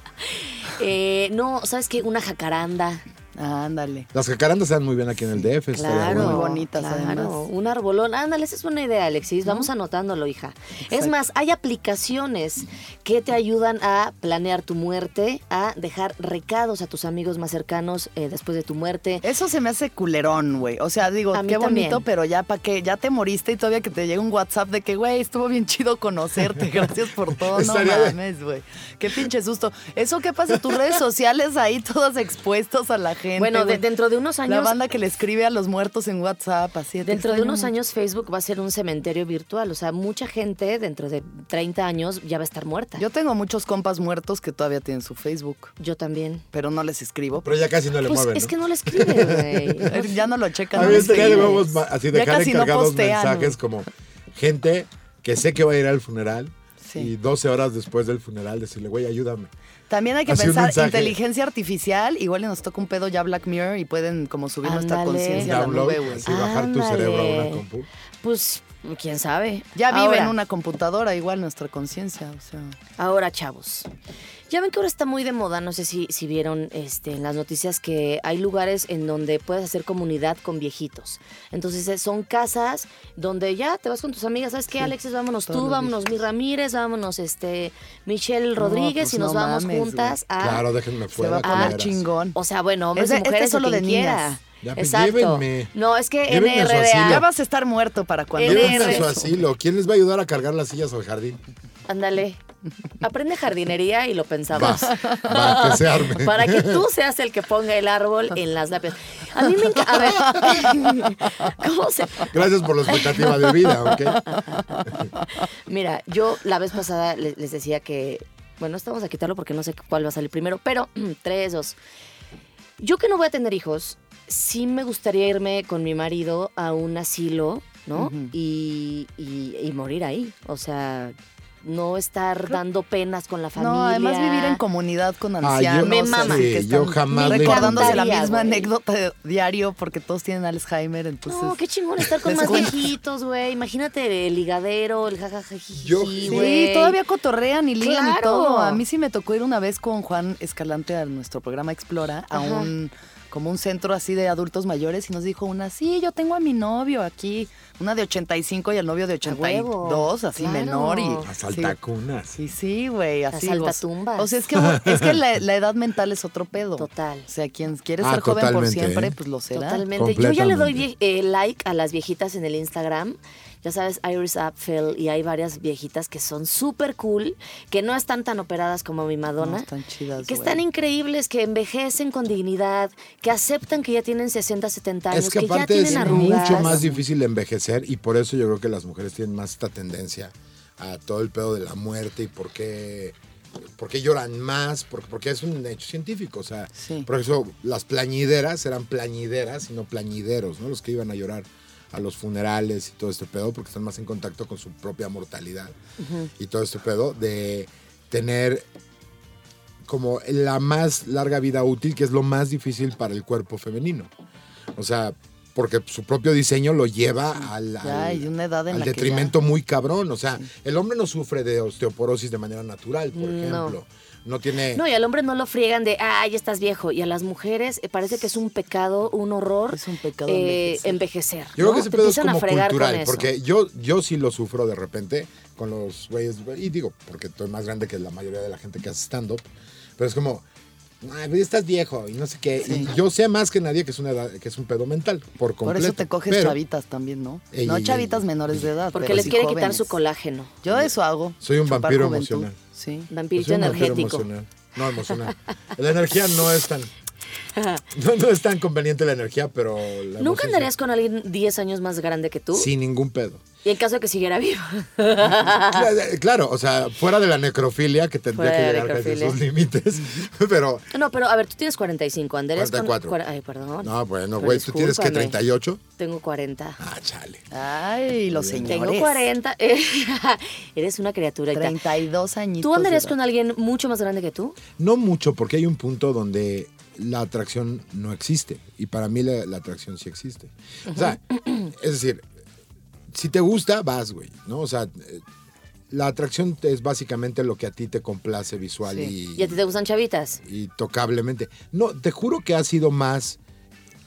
Speaker 4: Eh, no, ¿sabes qué? Una jacaranda.
Speaker 3: Ah, ándale.
Speaker 5: Las jacarandas están muy bien aquí en el DF. estaría
Speaker 4: Claro.
Speaker 5: bueno.
Speaker 3: Muy bonitas, además.
Speaker 4: Un arbolón. Ándale, esa es buena idea, Alexis. Vamos anotándolo, hija. Es más, hay aplicaciones que te ayudan a planear tu muerte, a dejar recados a tus amigos más cercanos eh, después de tu muerte.
Speaker 3: Eso se me hace culerón, güey. O sea, digo,
Speaker 4: A mí
Speaker 3: qué bonito,
Speaker 4: también.
Speaker 3: pero ya para qué, ya te moriste y todavía que te llega un WhatsApp de que, güey, estuvo bien chido
Speaker 5: *laughs*
Speaker 3: conocerte, gracias por todo, no
Speaker 5: Estaría de-
Speaker 3: mames, güey. Qué pinche susto. Eso qué pasa en tus redes sociales ahí todos expuestos a la gente.
Speaker 4: Bueno, de-
Speaker 3: güey.
Speaker 4: dentro de unos
Speaker 3: la
Speaker 4: años-
Speaker 3: banda que le escribe a los muertos en WhatsApp, así. te
Speaker 4: Dentro de
Speaker 3: extraño
Speaker 4: unos
Speaker 3: mucho.
Speaker 4: años Facebook va a ser un cementerio virtual, o sea, mucha gente dentro de 30 años ya va a estar muerta. Yo,
Speaker 3: Yo tengo muchos compas muertos que todavía tienen su Facebook,
Speaker 4: también.
Speaker 3: pero no les escribo.
Speaker 5: Pero ya casi no le
Speaker 4: Pues
Speaker 5: mueven.
Speaker 4: es
Speaker 5: ¿no?
Speaker 4: que no le
Speaker 3: *laughs*
Speaker 4: escribe, güey.
Speaker 3: Eh, Ya no lo checan.
Speaker 5: A
Speaker 3: no
Speaker 5: mí este
Speaker 3: lo
Speaker 5: estaría de
Speaker 3: escriben.
Speaker 5: huevos ma- así
Speaker 3: Ya
Speaker 5: dejar
Speaker 3: casi no
Speaker 5: encargados
Speaker 3: postean,
Speaker 5: mensajes como gente que sé que va a ir al funeral
Speaker 3: Sí.
Speaker 5: y 12 horas después del funeral decirle, güey, ayúdame.
Speaker 3: También hay que
Speaker 5: Así un
Speaker 3: pensar
Speaker 5: mensaje.
Speaker 3: inteligencia artificial, igual y nos toca un pedo ya Black Mirror y pueden como subir nuestra
Speaker 4: Ándale.
Speaker 3: conciencia a la
Speaker 5: Download,
Speaker 3: nube, güey.
Speaker 5: así bajar tu
Speaker 4: Ándale.
Speaker 5: cerebro a una compu.
Speaker 4: Pues quién sabe.
Speaker 3: Ya vive
Speaker 4: Ahora-
Speaker 3: en una computadora igual nuestra conciencia, o sea.
Speaker 4: Ahora, chavos. Ya ven que ahora está muy de moda, no sé si, si vieron este, en las noticias que hay lugares en donde puedes hacer comunidad con viejitos. Entonces eh, son casas donde ya te vas con tus amigas, ¿sabes qué, Alexis? Vámonos
Speaker 3: todos
Speaker 4: tú,
Speaker 3: los
Speaker 4: vámonos mi Ramírez, vámonos este, Michelle Rodríguez
Speaker 3: pues
Speaker 4: y nos
Speaker 3: no
Speaker 4: vamos
Speaker 3: mames,
Speaker 4: juntas a...
Speaker 5: Claro, déjenme
Speaker 3: Ah. Se
Speaker 5: fuera.
Speaker 3: va a poner
Speaker 5: culeras.
Speaker 3: chingón.
Speaker 4: O sea, bueno, hombres
Speaker 3: Ese-
Speaker 4: y
Speaker 3: este
Speaker 4: mujeres
Speaker 3: es solo
Speaker 4: o quien
Speaker 3: de
Speaker 4: quiera.
Speaker 3: niñas.
Speaker 5: Ya, pues,
Speaker 4: Exacto.
Speaker 5: llévenme.
Speaker 4: No, es que
Speaker 5: Llévenme a su
Speaker 3: ya
Speaker 5: asilo.
Speaker 4: NRDA.
Speaker 3: vas a estar muerto para cuando
Speaker 5: Llévense a
Speaker 4: NR.
Speaker 5: su asilo. ¿Quién les va a ayudar a cargar las sillas al jardín?
Speaker 4: Ándale. Aprende jardinería y lo
Speaker 5: Va,
Speaker 4: pensamos.
Speaker 5: va, que se
Speaker 4: *laughs*
Speaker 5: arme.
Speaker 4: Para que tú seas el que ponga el árbol en las lápidas. A mí me encanta. A ver. *laughs* ¿Cómo se.?
Speaker 5: Gracias por la expectativa de vida, ¿ok?
Speaker 3: *laughs*
Speaker 4: Mira, yo la vez pasada le- les decía que. Bueno, esto vamos a quitarlo porque no sé cuál va a salir primero, pero *clears throat* tres, dos. Yo que no voy a tener hijos, sí me gustaría irme con mi marido a un asilo, ¿no? y, y- y morir ahí. O sea, no estar dando penas con la familia.
Speaker 3: No, además vivir en comunidad con
Speaker 5: yo-
Speaker 3: ancianos.
Speaker 4: Me
Speaker 3: así
Speaker 4: mama.
Speaker 5: Sí,
Speaker 3: que
Speaker 5: yo
Speaker 3: están
Speaker 5: jamás
Speaker 4: le
Speaker 3: Recordándose la
Speaker 4: encantaría,
Speaker 3: misma
Speaker 4: güey.
Speaker 3: anécdota de- diario porque todos tienen Alzheimer, entonces.
Speaker 4: No, qué chingón estar con
Speaker 3: les
Speaker 4: más
Speaker 3: cuento.
Speaker 4: viejitos, güey. Imagínate el ligadero, el jajajajiji,
Speaker 5: Yo-
Speaker 4: güey.
Speaker 5: Sí,
Speaker 3: Sí, todavía cotorrean y ligan y
Speaker 4: Claro.
Speaker 3: todo. A mí sí me tocó ir una vez con Juan Escalante a nuestro programa Explora, a
Speaker 4: Ajá.
Speaker 3: un como un centro así de adultos mayores y nos dijo una, sí, yo tengo a mi novio aquí, una de 85 y el novio de
Speaker 4: huevo,
Speaker 3: 82, así
Speaker 4: claro.
Speaker 3: menor y...
Speaker 4: A
Speaker 5: Saltacunas.
Speaker 3: Sí, sí, güey, así.
Speaker 4: Asalta
Speaker 3: goz-
Speaker 4: tumbas.
Speaker 3: O sea, es que, es que
Speaker 4: *laughs*
Speaker 3: la, la edad mental es otro pedo.
Speaker 4: Total.
Speaker 3: O sea, quien quiere
Speaker 5: Ah,
Speaker 3: ser joven por
Speaker 5: totalmente,
Speaker 3: siempre,
Speaker 5: ¿eh?
Speaker 3: pues lo será.
Speaker 4: Totalmente. Yo ya le doy
Speaker 5: Completamente.
Speaker 4: vie- eh, like a las viejitas en el Instagram. Ya sabes, Iris Apfel y hay varias viejitas que son súper cool, que no están tan operadas como mi Madonna.
Speaker 3: No, están chidas,
Speaker 4: Que
Speaker 3: güey.
Speaker 4: están increíbles, que envejecen con dignidad, que aceptan que ya tienen 60, 70 años,
Speaker 5: Es que
Speaker 4: ya
Speaker 5: aparte
Speaker 4: tienen
Speaker 5: es
Speaker 4: arrugas.
Speaker 5: mucho más difícil envejecer y por eso yo creo que las mujeres tienen más esta tendencia a todo el pedo de la muerte y por qué, por qué lloran más, porque, porque es un hecho científico. O sea,
Speaker 3: Sí.
Speaker 5: por eso las plañideras eran plañideras y no plañideros, ¿no? Los que iban a llorar a los funerales y todo este pedo porque están más en contacto con su propia mortalidad y todo este pedo de tener como la más larga vida útil, que es lo más difícil para el cuerpo femenino. O sea, porque su propio diseño lo lleva al,
Speaker 3: Ya,
Speaker 5: al-
Speaker 3: y una edad en
Speaker 5: al
Speaker 3: la que ya-
Speaker 5: detrimento muy cabrón. O sea, el hombre no sufre de osteoporosis de manera natural, por
Speaker 4: No.
Speaker 5: ejemplo. No tiene...
Speaker 4: No, y al hombre no lo friegan de, ay, ya estás viejo. Y a las mujeres eh, parece que es un pecado, un horror.
Speaker 3: Es un pecado
Speaker 4: eh,
Speaker 3: envejecer.
Speaker 4: envejecer.
Speaker 5: Yo creo
Speaker 4: ¿no?
Speaker 5: que ese
Speaker 4: Te
Speaker 5: pedo es
Speaker 4: empiezan a
Speaker 5: como
Speaker 4: fregar con
Speaker 5: cultural,
Speaker 4: eso.
Speaker 5: porque yo, yo sí lo sufro de repente con los güeyes, y digo, porque estoy más grande que la mayoría de la gente que hace stand-up, pero es como, ay, pero estás viejo y no sé qué, y yo sé más que nadie que es, una edad- que es un pedo mental, por completo.
Speaker 3: Por eso te coges
Speaker 5: pero
Speaker 3: chavitas también, ¿no?
Speaker 5: Ey,
Speaker 3: no
Speaker 5: ey,
Speaker 3: chavitas
Speaker 5: ey.
Speaker 3: menores de edad.
Speaker 4: Porque
Speaker 3: pero
Speaker 4: les
Speaker 3: sí
Speaker 4: quiere quitar
Speaker 3: jóvenes.
Speaker 4: su colágeno.
Speaker 3: Yo eso hago.
Speaker 5: Soy un
Speaker 3: chupar
Speaker 5: vampiro
Speaker 3: juventud.
Speaker 5: emocional.
Speaker 3: Sí.
Speaker 5: yo
Speaker 4: Vampirito
Speaker 5: pues, soy un vampiro
Speaker 4: energético.
Speaker 5: emocional. No, emocional. La energía no
Speaker 4: *laughs*
Speaker 5: es tan... No, no es tan conveniente la energía, pero...
Speaker 4: ¿Nunca
Speaker 5: la emoción
Speaker 4: andarías con alguien 10 años más grande que tú?
Speaker 5: sí. Sin
Speaker 4: *laughs*
Speaker 5: ningún pedo.
Speaker 4: Y en caso de que siguiera vivo. *laughs*
Speaker 5: Claro, claro, o sea, fuera de la necrofilia, que tendría
Speaker 4: Ah. Fuera de
Speaker 5: que llegar a
Speaker 4: necrofilia.
Speaker 5: sus límites, *laughs* pero...
Speaker 4: No, pero a ver, tú tienes 45, Andrés.
Speaker 5: 44.
Speaker 4: ay, perdón.
Speaker 5: No, bueno,
Speaker 4: Pero
Speaker 5: güey, ¿tú tienes que
Speaker 4: discúlpame.
Speaker 5: 38?
Speaker 4: Tengo 40.
Speaker 5: Ah, chale.
Speaker 3: Ay, los señores.
Speaker 4: Tengo 40. eh, *laughs* Eres una criatura. Aita.
Speaker 3: 32 añitos.
Speaker 4: ¿Tú andarías
Speaker 3: de
Speaker 4: con
Speaker 3: edad.
Speaker 4: alguien mucho más grande que tú?
Speaker 5: No mucho, porque hay un punto donde la atracción no existe. Y para mí la, la atracción sí existe. O sea, es decir, si te gusta, vas, güey, ¿no? O sea, eh, la atracción es básicamente lo que a ti te complace visual
Speaker 3: Sí.
Speaker 5: y,
Speaker 4: ¿Y a ti te gustan chavitas?
Speaker 5: y tocablemente. No, te juro que ha sido más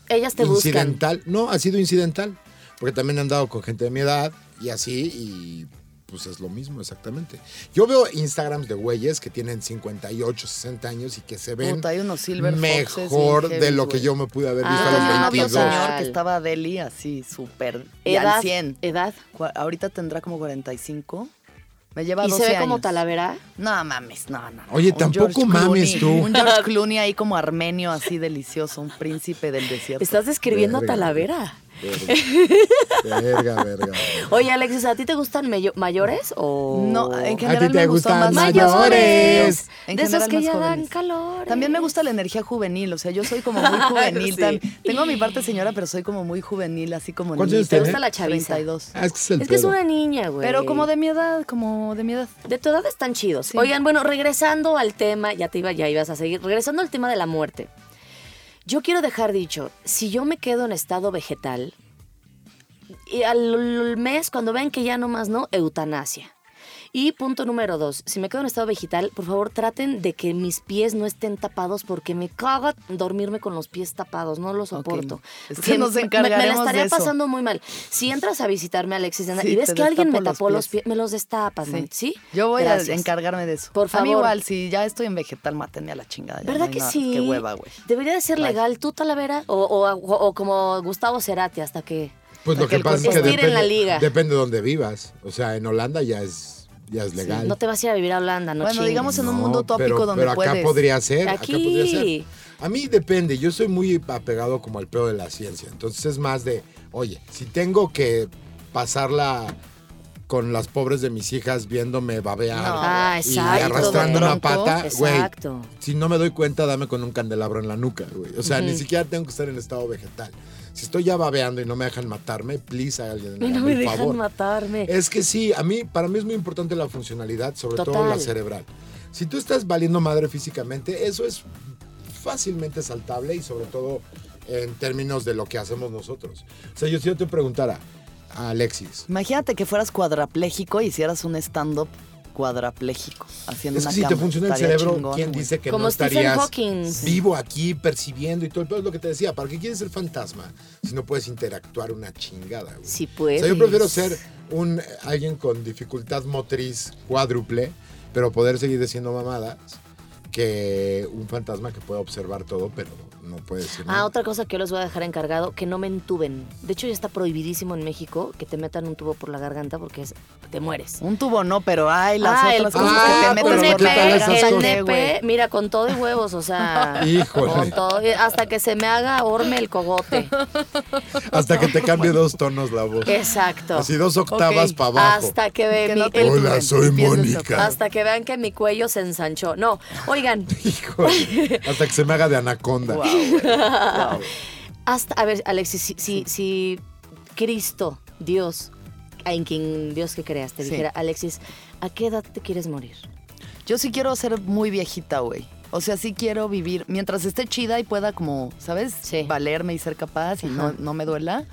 Speaker 4: Ellas te buscan.
Speaker 5: incidental. No, ha sido incidental. Porque también he andado con gente de mi edad y así, y pues es lo mismo exactamente. Yo veo Instagrams de güeyes que tienen 58, 60 años y que se ven
Speaker 3: Puta, hay unos silver foxes
Speaker 5: mejor
Speaker 3: bien
Speaker 5: de lo
Speaker 3: heavy,
Speaker 5: que
Speaker 3: güey.
Speaker 5: yo me pude haber
Speaker 4: Ah,
Speaker 5: visto
Speaker 3: Tenía un
Speaker 5: a los
Speaker 3: novio
Speaker 5: 22.
Speaker 4: total.
Speaker 3: señor que estaba Adeli así, súper. y
Speaker 4: Edad.
Speaker 3: al 100.
Speaker 4: Edad.
Speaker 3: Cua- Ahorita tendrá como 45. Me lleva
Speaker 4: Y
Speaker 3: 12
Speaker 4: se ve
Speaker 3: años.
Speaker 4: como talavera.
Speaker 3: No mames, no, no. no.
Speaker 5: Oye, tampoco
Speaker 3: George
Speaker 5: mames
Speaker 3: Clooney,
Speaker 5: tú.
Speaker 3: Un George Clooney ahí como armenio, así delicioso, un príncipe del desierto.
Speaker 4: Estás describiendo a
Speaker 5: Verga.
Speaker 4: talavera.
Speaker 5: Verga, verga, verga.
Speaker 4: Oye, Alexis, ¿a ti te gustan mello- mayores o...?
Speaker 3: No, en
Speaker 5: ¿A ti
Speaker 3: general
Speaker 5: te
Speaker 3: me gustó más
Speaker 5: gustan mayores?
Speaker 3: En
Speaker 4: de esos
Speaker 3: general
Speaker 4: que
Speaker 3: más
Speaker 4: ya dan
Speaker 3: jóvenes.
Speaker 4: calor.
Speaker 3: También me gusta la energía juvenil, o sea, yo soy como muy juvenil.
Speaker 4: *laughs* Sí.
Speaker 3: tan- tengo mi parte señora, pero soy como muy juvenil, así como
Speaker 5: ¿Cuántos años
Speaker 3: niñita.
Speaker 5: tiene? ¿Te gusta
Speaker 4: la chaviza?
Speaker 3: 32.
Speaker 5: Ah, es que es el
Speaker 4: Es que es
Speaker 5: pedo.
Speaker 4: una niña, güey.
Speaker 3: Pero como de mi edad, como de mi edad.
Speaker 4: De tu edad están chidos.
Speaker 3: Sí.
Speaker 4: Oigan, bueno, regresando al tema, ya te iba, ya ibas a seguir. Regresando al tema de la muerte. Yo quiero dejar dicho, si yo me quedo en estado vegetal, y al mes, cuando vean que ya no más no, eutanasia. Y punto número dos, si me quedo en estado vegetal, por favor traten de que mis pies no estén tapados porque me caga dormirme con los pies tapados, no lo soporto.
Speaker 3: Es que
Speaker 4: Porque
Speaker 3: nos
Speaker 4: me- Me, la
Speaker 3: encargaremos de
Speaker 4: estaría
Speaker 3: eso.
Speaker 4: pasando muy mal. Si entras a visitarme, Alexis, de Anda,
Speaker 3: Sí,
Speaker 4: y ves
Speaker 3: te
Speaker 4: que alguien me
Speaker 3: destapo los
Speaker 4: tapó los
Speaker 3: pies.
Speaker 4: pies, me los destapas, ¿no?
Speaker 3: Sí.
Speaker 4: ¿sí?
Speaker 3: Yo voy a
Speaker 4: Gracias.
Speaker 3: encargarme de eso.
Speaker 4: Por
Speaker 3: A mí
Speaker 4: favor.
Speaker 3: igual, si ya estoy en vegetal, mátenme a la chingada. ya no
Speaker 4: ¿Verdad
Speaker 3: hay
Speaker 4: que
Speaker 3: nada,
Speaker 4: sí?
Speaker 3: Qué hueva, güey.
Speaker 4: Debería de ser
Speaker 3: Bye.
Speaker 4: legal tú, Talavera, o, o- o- o como Gustavo Cerati, hasta que...
Speaker 5: Pues lo
Speaker 3: Porque
Speaker 5: que
Speaker 3: el
Speaker 5: pasa es que
Speaker 4: cuerpo- Estiren la
Speaker 5: depende,
Speaker 4: liga.
Speaker 5: depende de donde vivas. O sea, en Holanda ya es, ya es legal.
Speaker 4: No te vas a ir a vivir a Holanda, no
Speaker 3: Bueno,
Speaker 4: chingues.
Speaker 3: digamos en un
Speaker 5: No,
Speaker 3: mundo utópico
Speaker 5: pero-
Speaker 3: donde
Speaker 5: pero
Speaker 3: puedes.
Speaker 5: acá podría ser. acá
Speaker 4: Aquí.
Speaker 5: podría ser. A mí depende, yo soy muy apegado como al pedo de la ciencia. Entonces es más de, oye, si tengo que pasarla con las pobres de mis hijas viéndome babear
Speaker 3: No.
Speaker 4: Ah,
Speaker 5: y
Speaker 4: exacto.
Speaker 5: arrastrando
Speaker 4: güey.
Speaker 5: una pata, güey.
Speaker 4: Exacto.
Speaker 5: Si no me doy cuenta, dame con un candelabro en la nuca, güey. O sea, ni siquiera tengo que estar en estado vegetal. Si estoy ya babeando y no me dejan matarme, please, alguien
Speaker 4: No
Speaker 5: hágame
Speaker 4: me
Speaker 5: el
Speaker 4: dejan
Speaker 5: favor. Eh.
Speaker 4: matarme.
Speaker 5: Es que sí, a mí, para mí es muy importante la funcionalidad, sobre todo
Speaker 4: Total.
Speaker 5: la cerebral. Si tú estás valiendo madre físicamente, eso es fácilmente saltable y sobre todo en términos de lo que hacemos nosotros. O sea, yo si yo te preguntara a Alexis,
Speaker 3: Imagínate que fueras cuadrapléjico y hicieras un stand-up cuadrapléjico. Haciendo
Speaker 5: es que
Speaker 3: una
Speaker 5: si te
Speaker 3: cama.
Speaker 5: funciona el
Speaker 3: Estaría
Speaker 5: cerebro,
Speaker 3: chingón,
Speaker 5: ¿quién
Speaker 3: güey.
Speaker 5: dice que
Speaker 4: Como
Speaker 5: no
Speaker 4: Stephen
Speaker 5: estarías
Speaker 4: Hawking.
Speaker 5: vivo aquí percibiendo y todo el pedo? Es lo que te decía, ¿para qué quieres ser fantasma si no puedes interactuar una chingada? güey?
Speaker 4: Si puedes.
Speaker 5: O sea, yo prefiero ser un eh, alguien con dificultad motriz cuádruple, pero poder seguir diciendo mamadas, que un fantasma que pueda observar todo, pero no puede decir
Speaker 4: Ah,
Speaker 5: nada.
Speaker 4: otra cosa que yo les voy a dejar encargado, que no me entuben. De hecho, ya está prohibidísimo en México que te metan un tubo por la garganta porque es- te mueres.
Speaker 3: Un tubo no, pero hay las
Speaker 4: Ah, el
Speaker 3: otras
Speaker 5: tubo.
Speaker 3: cosas que
Speaker 5: Ah,
Speaker 3: te
Speaker 5: pero
Speaker 3: meten
Speaker 5: ¿qué
Speaker 3: por la
Speaker 5: tal esas
Speaker 3: garganta,
Speaker 4: el
Speaker 5: cosas?
Speaker 4: nepe,
Speaker 3: güey.
Speaker 4: mira, con todo y huevos, o sea,
Speaker 5: *laughs* Híjole.
Speaker 4: con todo, y hasta que se me haga horme el
Speaker 5: *laughs*
Speaker 4: cogote. *laughs*
Speaker 5: Hasta que te cambie dos tonos la voz.
Speaker 4: Exacto.
Speaker 5: Así dos octavas
Speaker 3: Ok.
Speaker 5: para abajo.
Speaker 4: Hasta que, ve
Speaker 3: Que
Speaker 4: mi-
Speaker 3: no te
Speaker 4: el-
Speaker 5: Hola,
Speaker 3: entubes,
Speaker 5: soy
Speaker 3: empiezas a
Speaker 5: Mónica.
Speaker 3: tocar.
Speaker 4: hasta que vean que mi cuello se ensanchó. No, oigan,
Speaker 5: *laughs* Híjole, hasta que se me haga de anaconda.
Speaker 3: Guau, güey. Guau.
Speaker 4: hasta, a ver, Alexis, si, si, si Cristo, Dios, en quien Dios que creas, te
Speaker 3: Sí.
Speaker 4: dijera, Alexis, ¿a qué edad te quieres morir?
Speaker 3: Yo sí quiero ser muy viejita, güey. O sea, sí quiero vivir, mientras esté chida y pueda como, ¿sabes?
Speaker 4: Sí.
Speaker 3: Valerme y ser capaz y no, no me duela.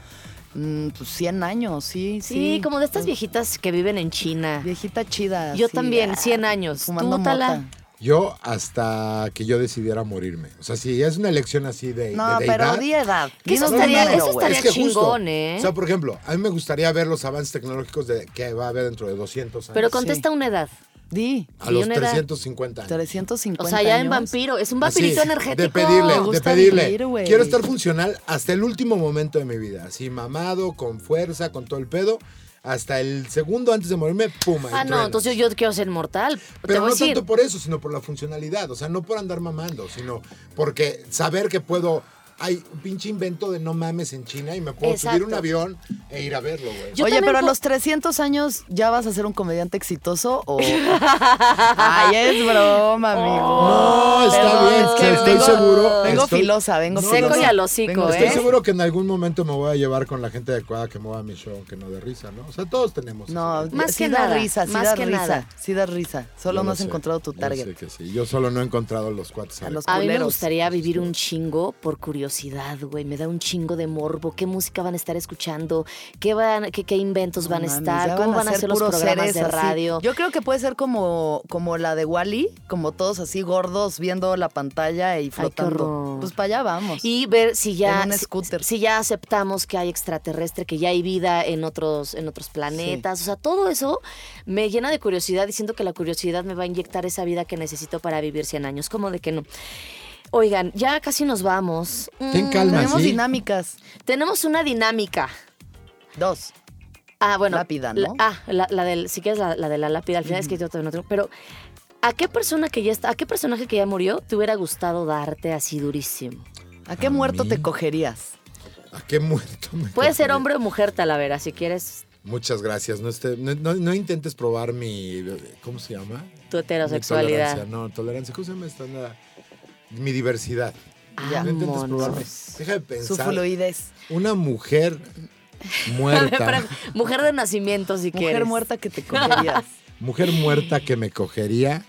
Speaker 3: mm, pues 100 años, sí, sí.
Speaker 4: Sí, como de estas viejitas que viven en China.
Speaker 3: Viejita chida.
Speaker 4: Yo
Speaker 3: así,
Speaker 4: también,
Speaker 3: ah,
Speaker 4: 100 años.
Speaker 3: Fumando
Speaker 4: Tú, Tala.
Speaker 3: mota.
Speaker 5: Yo hasta que yo decidiera morirme. O sea, si es una elección así de,
Speaker 3: No,
Speaker 5: de
Speaker 3: pero
Speaker 5: deidad,
Speaker 3: di edad.
Speaker 4: Que eso
Speaker 3: Dinos un
Speaker 4: estaría-
Speaker 3: número,
Speaker 4: eso
Speaker 3: güey.
Speaker 4: estaría-
Speaker 5: es que justo,
Speaker 4: chingón, ¿eh?
Speaker 5: O sea, por ejemplo, a mí me gustaría ver los avances tecnológicos de, que va a haber dentro de 200 años.
Speaker 4: Pero contesta una edad.
Speaker 3: Di,
Speaker 5: a
Speaker 4: sí,
Speaker 5: los
Speaker 4: una edad.
Speaker 5: 350 años.
Speaker 3: 350
Speaker 4: O sea, ya
Speaker 3: años.
Speaker 4: en vampiro. Es un
Speaker 5: Así,
Speaker 4: vampirito energético.
Speaker 5: De pedirle,
Speaker 3: Me
Speaker 5: de
Speaker 3: gusta
Speaker 5: pedirle.
Speaker 3: vivir, güey.
Speaker 5: Quiero estar funcional hasta el último momento de mi vida. Así mamado, con fuerza, con todo el pedo. Hasta el segundo antes de morirme, pum. ahí
Speaker 4: Ah, no,
Speaker 5: truena.
Speaker 4: entonces yo, yo quiero ser mortal. te
Speaker 5: Pero
Speaker 4: voy
Speaker 5: no
Speaker 4: a decir.
Speaker 5: tanto por eso, sino por la funcionalidad. O sea, no por andar mamando, sino porque saber que puedo. Hay un pinche invento de no mames en China y me puedo subir
Speaker 4: Exacto.
Speaker 5: un avión e ir a verlo, güey.
Speaker 4: Yo
Speaker 3: Oye,
Speaker 4: también
Speaker 3: pero a
Speaker 4: po-
Speaker 3: los 300 años ya vas a ser un comediante exitoso
Speaker 4: *laughs*
Speaker 3: o... Ay, es broma,
Speaker 4: Oh.
Speaker 3: amigo.
Speaker 5: No, está
Speaker 3: Perdón,
Speaker 5: bien,
Speaker 3: es
Speaker 5: o sea,
Speaker 3: que
Speaker 5: estoy
Speaker 3: vengo-
Speaker 5: seguro.
Speaker 3: vengo
Speaker 5: estoy-
Speaker 3: filosa, vengo
Speaker 4: Seco
Speaker 3: filosa.
Speaker 4: y al hocico,
Speaker 3: Vengo-
Speaker 5: Estoy
Speaker 4: ¿eh?
Speaker 5: seguro que en algún momento me voy a llevar con la gente adecuada que mueva mi show, que no de risa, ¿no? O sea, todos tenemos.
Speaker 3: No,
Speaker 5: eso.
Speaker 4: Más
Speaker 3: sí
Speaker 4: que
Speaker 3: da
Speaker 4: nada,
Speaker 3: risa, sí
Speaker 4: más
Speaker 3: da
Speaker 4: que
Speaker 3: risa,
Speaker 4: nada.
Speaker 3: sí da risa. Solo
Speaker 5: Yo
Speaker 3: no
Speaker 5: lo
Speaker 3: has
Speaker 5: sé,
Speaker 3: encontrado tu
Speaker 5: yo
Speaker 3: target.
Speaker 5: sé que sí. Yo solo no he encontrado los cuates.
Speaker 3: A los
Speaker 5: adecuados.
Speaker 4: A mí me
Speaker 3: culeros.
Speaker 4: gustaría vivir un chingo por curiosidad, güey. Me da un chingo de morbo. ¿Qué música van a estar escuchando? ¿Qué, van, qué, qué inventos Pues van a
Speaker 3: No mames,
Speaker 4: estar?
Speaker 3: ya
Speaker 4: ¿Cómo van a ser los
Speaker 3: puros
Speaker 4: programas de
Speaker 3: seres así.
Speaker 4: radio?
Speaker 3: Yo creo que puede ser como, como la de Wally, como todos así gordos viendo la pantalla y flotando.
Speaker 4: horror.
Speaker 3: pues para allá vamos.
Speaker 4: Y ver si ya,
Speaker 3: En un
Speaker 4: si-
Speaker 3: scooter.
Speaker 4: si, ya aceptamos que hay extraterrestre, que ya hay vida en otros, en otros planetas. O sea, todo eso me llena de curiosidad y siento que la curiosidad me va a inyectar esa vida que necesito para vivir 100 años. ¿Cómo de que no? Oigan, ya casi nos vamos.
Speaker 5: Ten
Speaker 4: Mm,
Speaker 5: calma,
Speaker 3: Tenemos
Speaker 5: ¿sí?
Speaker 3: dinámicas.
Speaker 4: Tenemos una dinámica.
Speaker 3: Dos.
Speaker 4: Ah, bueno.
Speaker 3: Lápida,
Speaker 4: la-
Speaker 3: ¿no?
Speaker 4: ah, la, la del, si quieres la, la de la lápida, al final es que yo todavía no tengo. Pero, ¿a qué persona que ya está, a qué personaje que ya murió te hubiera gustado darte así durísimo?
Speaker 3: ¿A qué
Speaker 5: ¿A
Speaker 3: muerto
Speaker 5: mí?
Speaker 3: te cogerías?
Speaker 5: ¿A qué muerto me
Speaker 4: Puede ser
Speaker 5: cogería?
Speaker 4: hombre o mujer, Talavera, si quieres
Speaker 5: Muchas gracias. No, esté- no, no- no intentes probar mi. ¿Cómo se llama?
Speaker 4: tu
Speaker 5: Mi
Speaker 4: heterosexualidad.
Speaker 5: tolerancia. No, tolerancia. ¿Cómo se llama esta? onda? Mi diversidad.
Speaker 3: Ya.
Speaker 5: No intentes probarme.
Speaker 4: Vámonos.
Speaker 5: Deja de
Speaker 3: Ah, Su
Speaker 5: pensar.
Speaker 3: fluidez.
Speaker 5: Una mujer
Speaker 3: *laughs*
Speaker 4: Pero,
Speaker 5: muerta.
Speaker 4: mujer de nacimiento, si
Speaker 3: Mujer
Speaker 4: quieres.
Speaker 3: muerta que te
Speaker 5: *laughs*
Speaker 3: cogerías.
Speaker 5: mujer muerta que me cogería.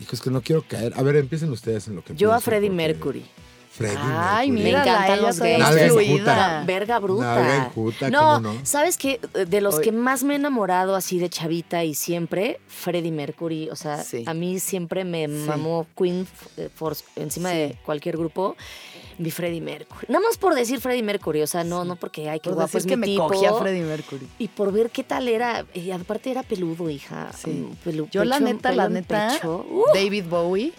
Speaker 5: Hijo, es que no quiero caer. A ver, empiecen ustedes en lo que
Speaker 4: Yo a
Speaker 5: piensan,
Speaker 4: Freddie
Speaker 5: porque-
Speaker 4: Mercury.
Speaker 5: Freddie
Speaker 3: Ay,
Speaker 5: Mercury.
Speaker 4: Me
Speaker 3: Mírala,
Speaker 4: encantan
Speaker 3: ella
Speaker 4: los
Speaker 3: todavía
Speaker 4: gays.
Speaker 5: está Nalga
Speaker 4: es
Speaker 5: enjuta.
Speaker 4: Ah. una Verga bruta.
Speaker 5: Nalga enjuta,
Speaker 4: no,
Speaker 5: ¿cómo no?
Speaker 4: ¿sabes qué? De los
Speaker 3: Oye.
Speaker 4: que más me he enamorado así de chavita y siempre, Freddie Mercury. O sea,
Speaker 3: Sí.
Speaker 4: a mí siempre me mamó Queen eh, por encima
Speaker 3: Sí.
Speaker 4: de cualquier grupo. Mi Freddie Mercury. Nada más por decir Freddie Mercury. O sea, no, no porque, ay, qué
Speaker 3: Por
Speaker 4: guapo
Speaker 3: decir
Speaker 4: pues, es
Speaker 3: pues, que
Speaker 4: mi
Speaker 3: me
Speaker 4: tipo.
Speaker 3: cogía a Freddie Mercury.
Speaker 4: Y por ver qué tal era. Y aparte era peludo, hija.
Speaker 3: Sí.
Speaker 4: Mm, pelu-
Speaker 3: Yo la
Speaker 4: pecho-
Speaker 3: neta,
Speaker 4: pelo
Speaker 3: la
Speaker 4: en
Speaker 3: neta,
Speaker 4: pecho. Uh.
Speaker 3: David Bowie,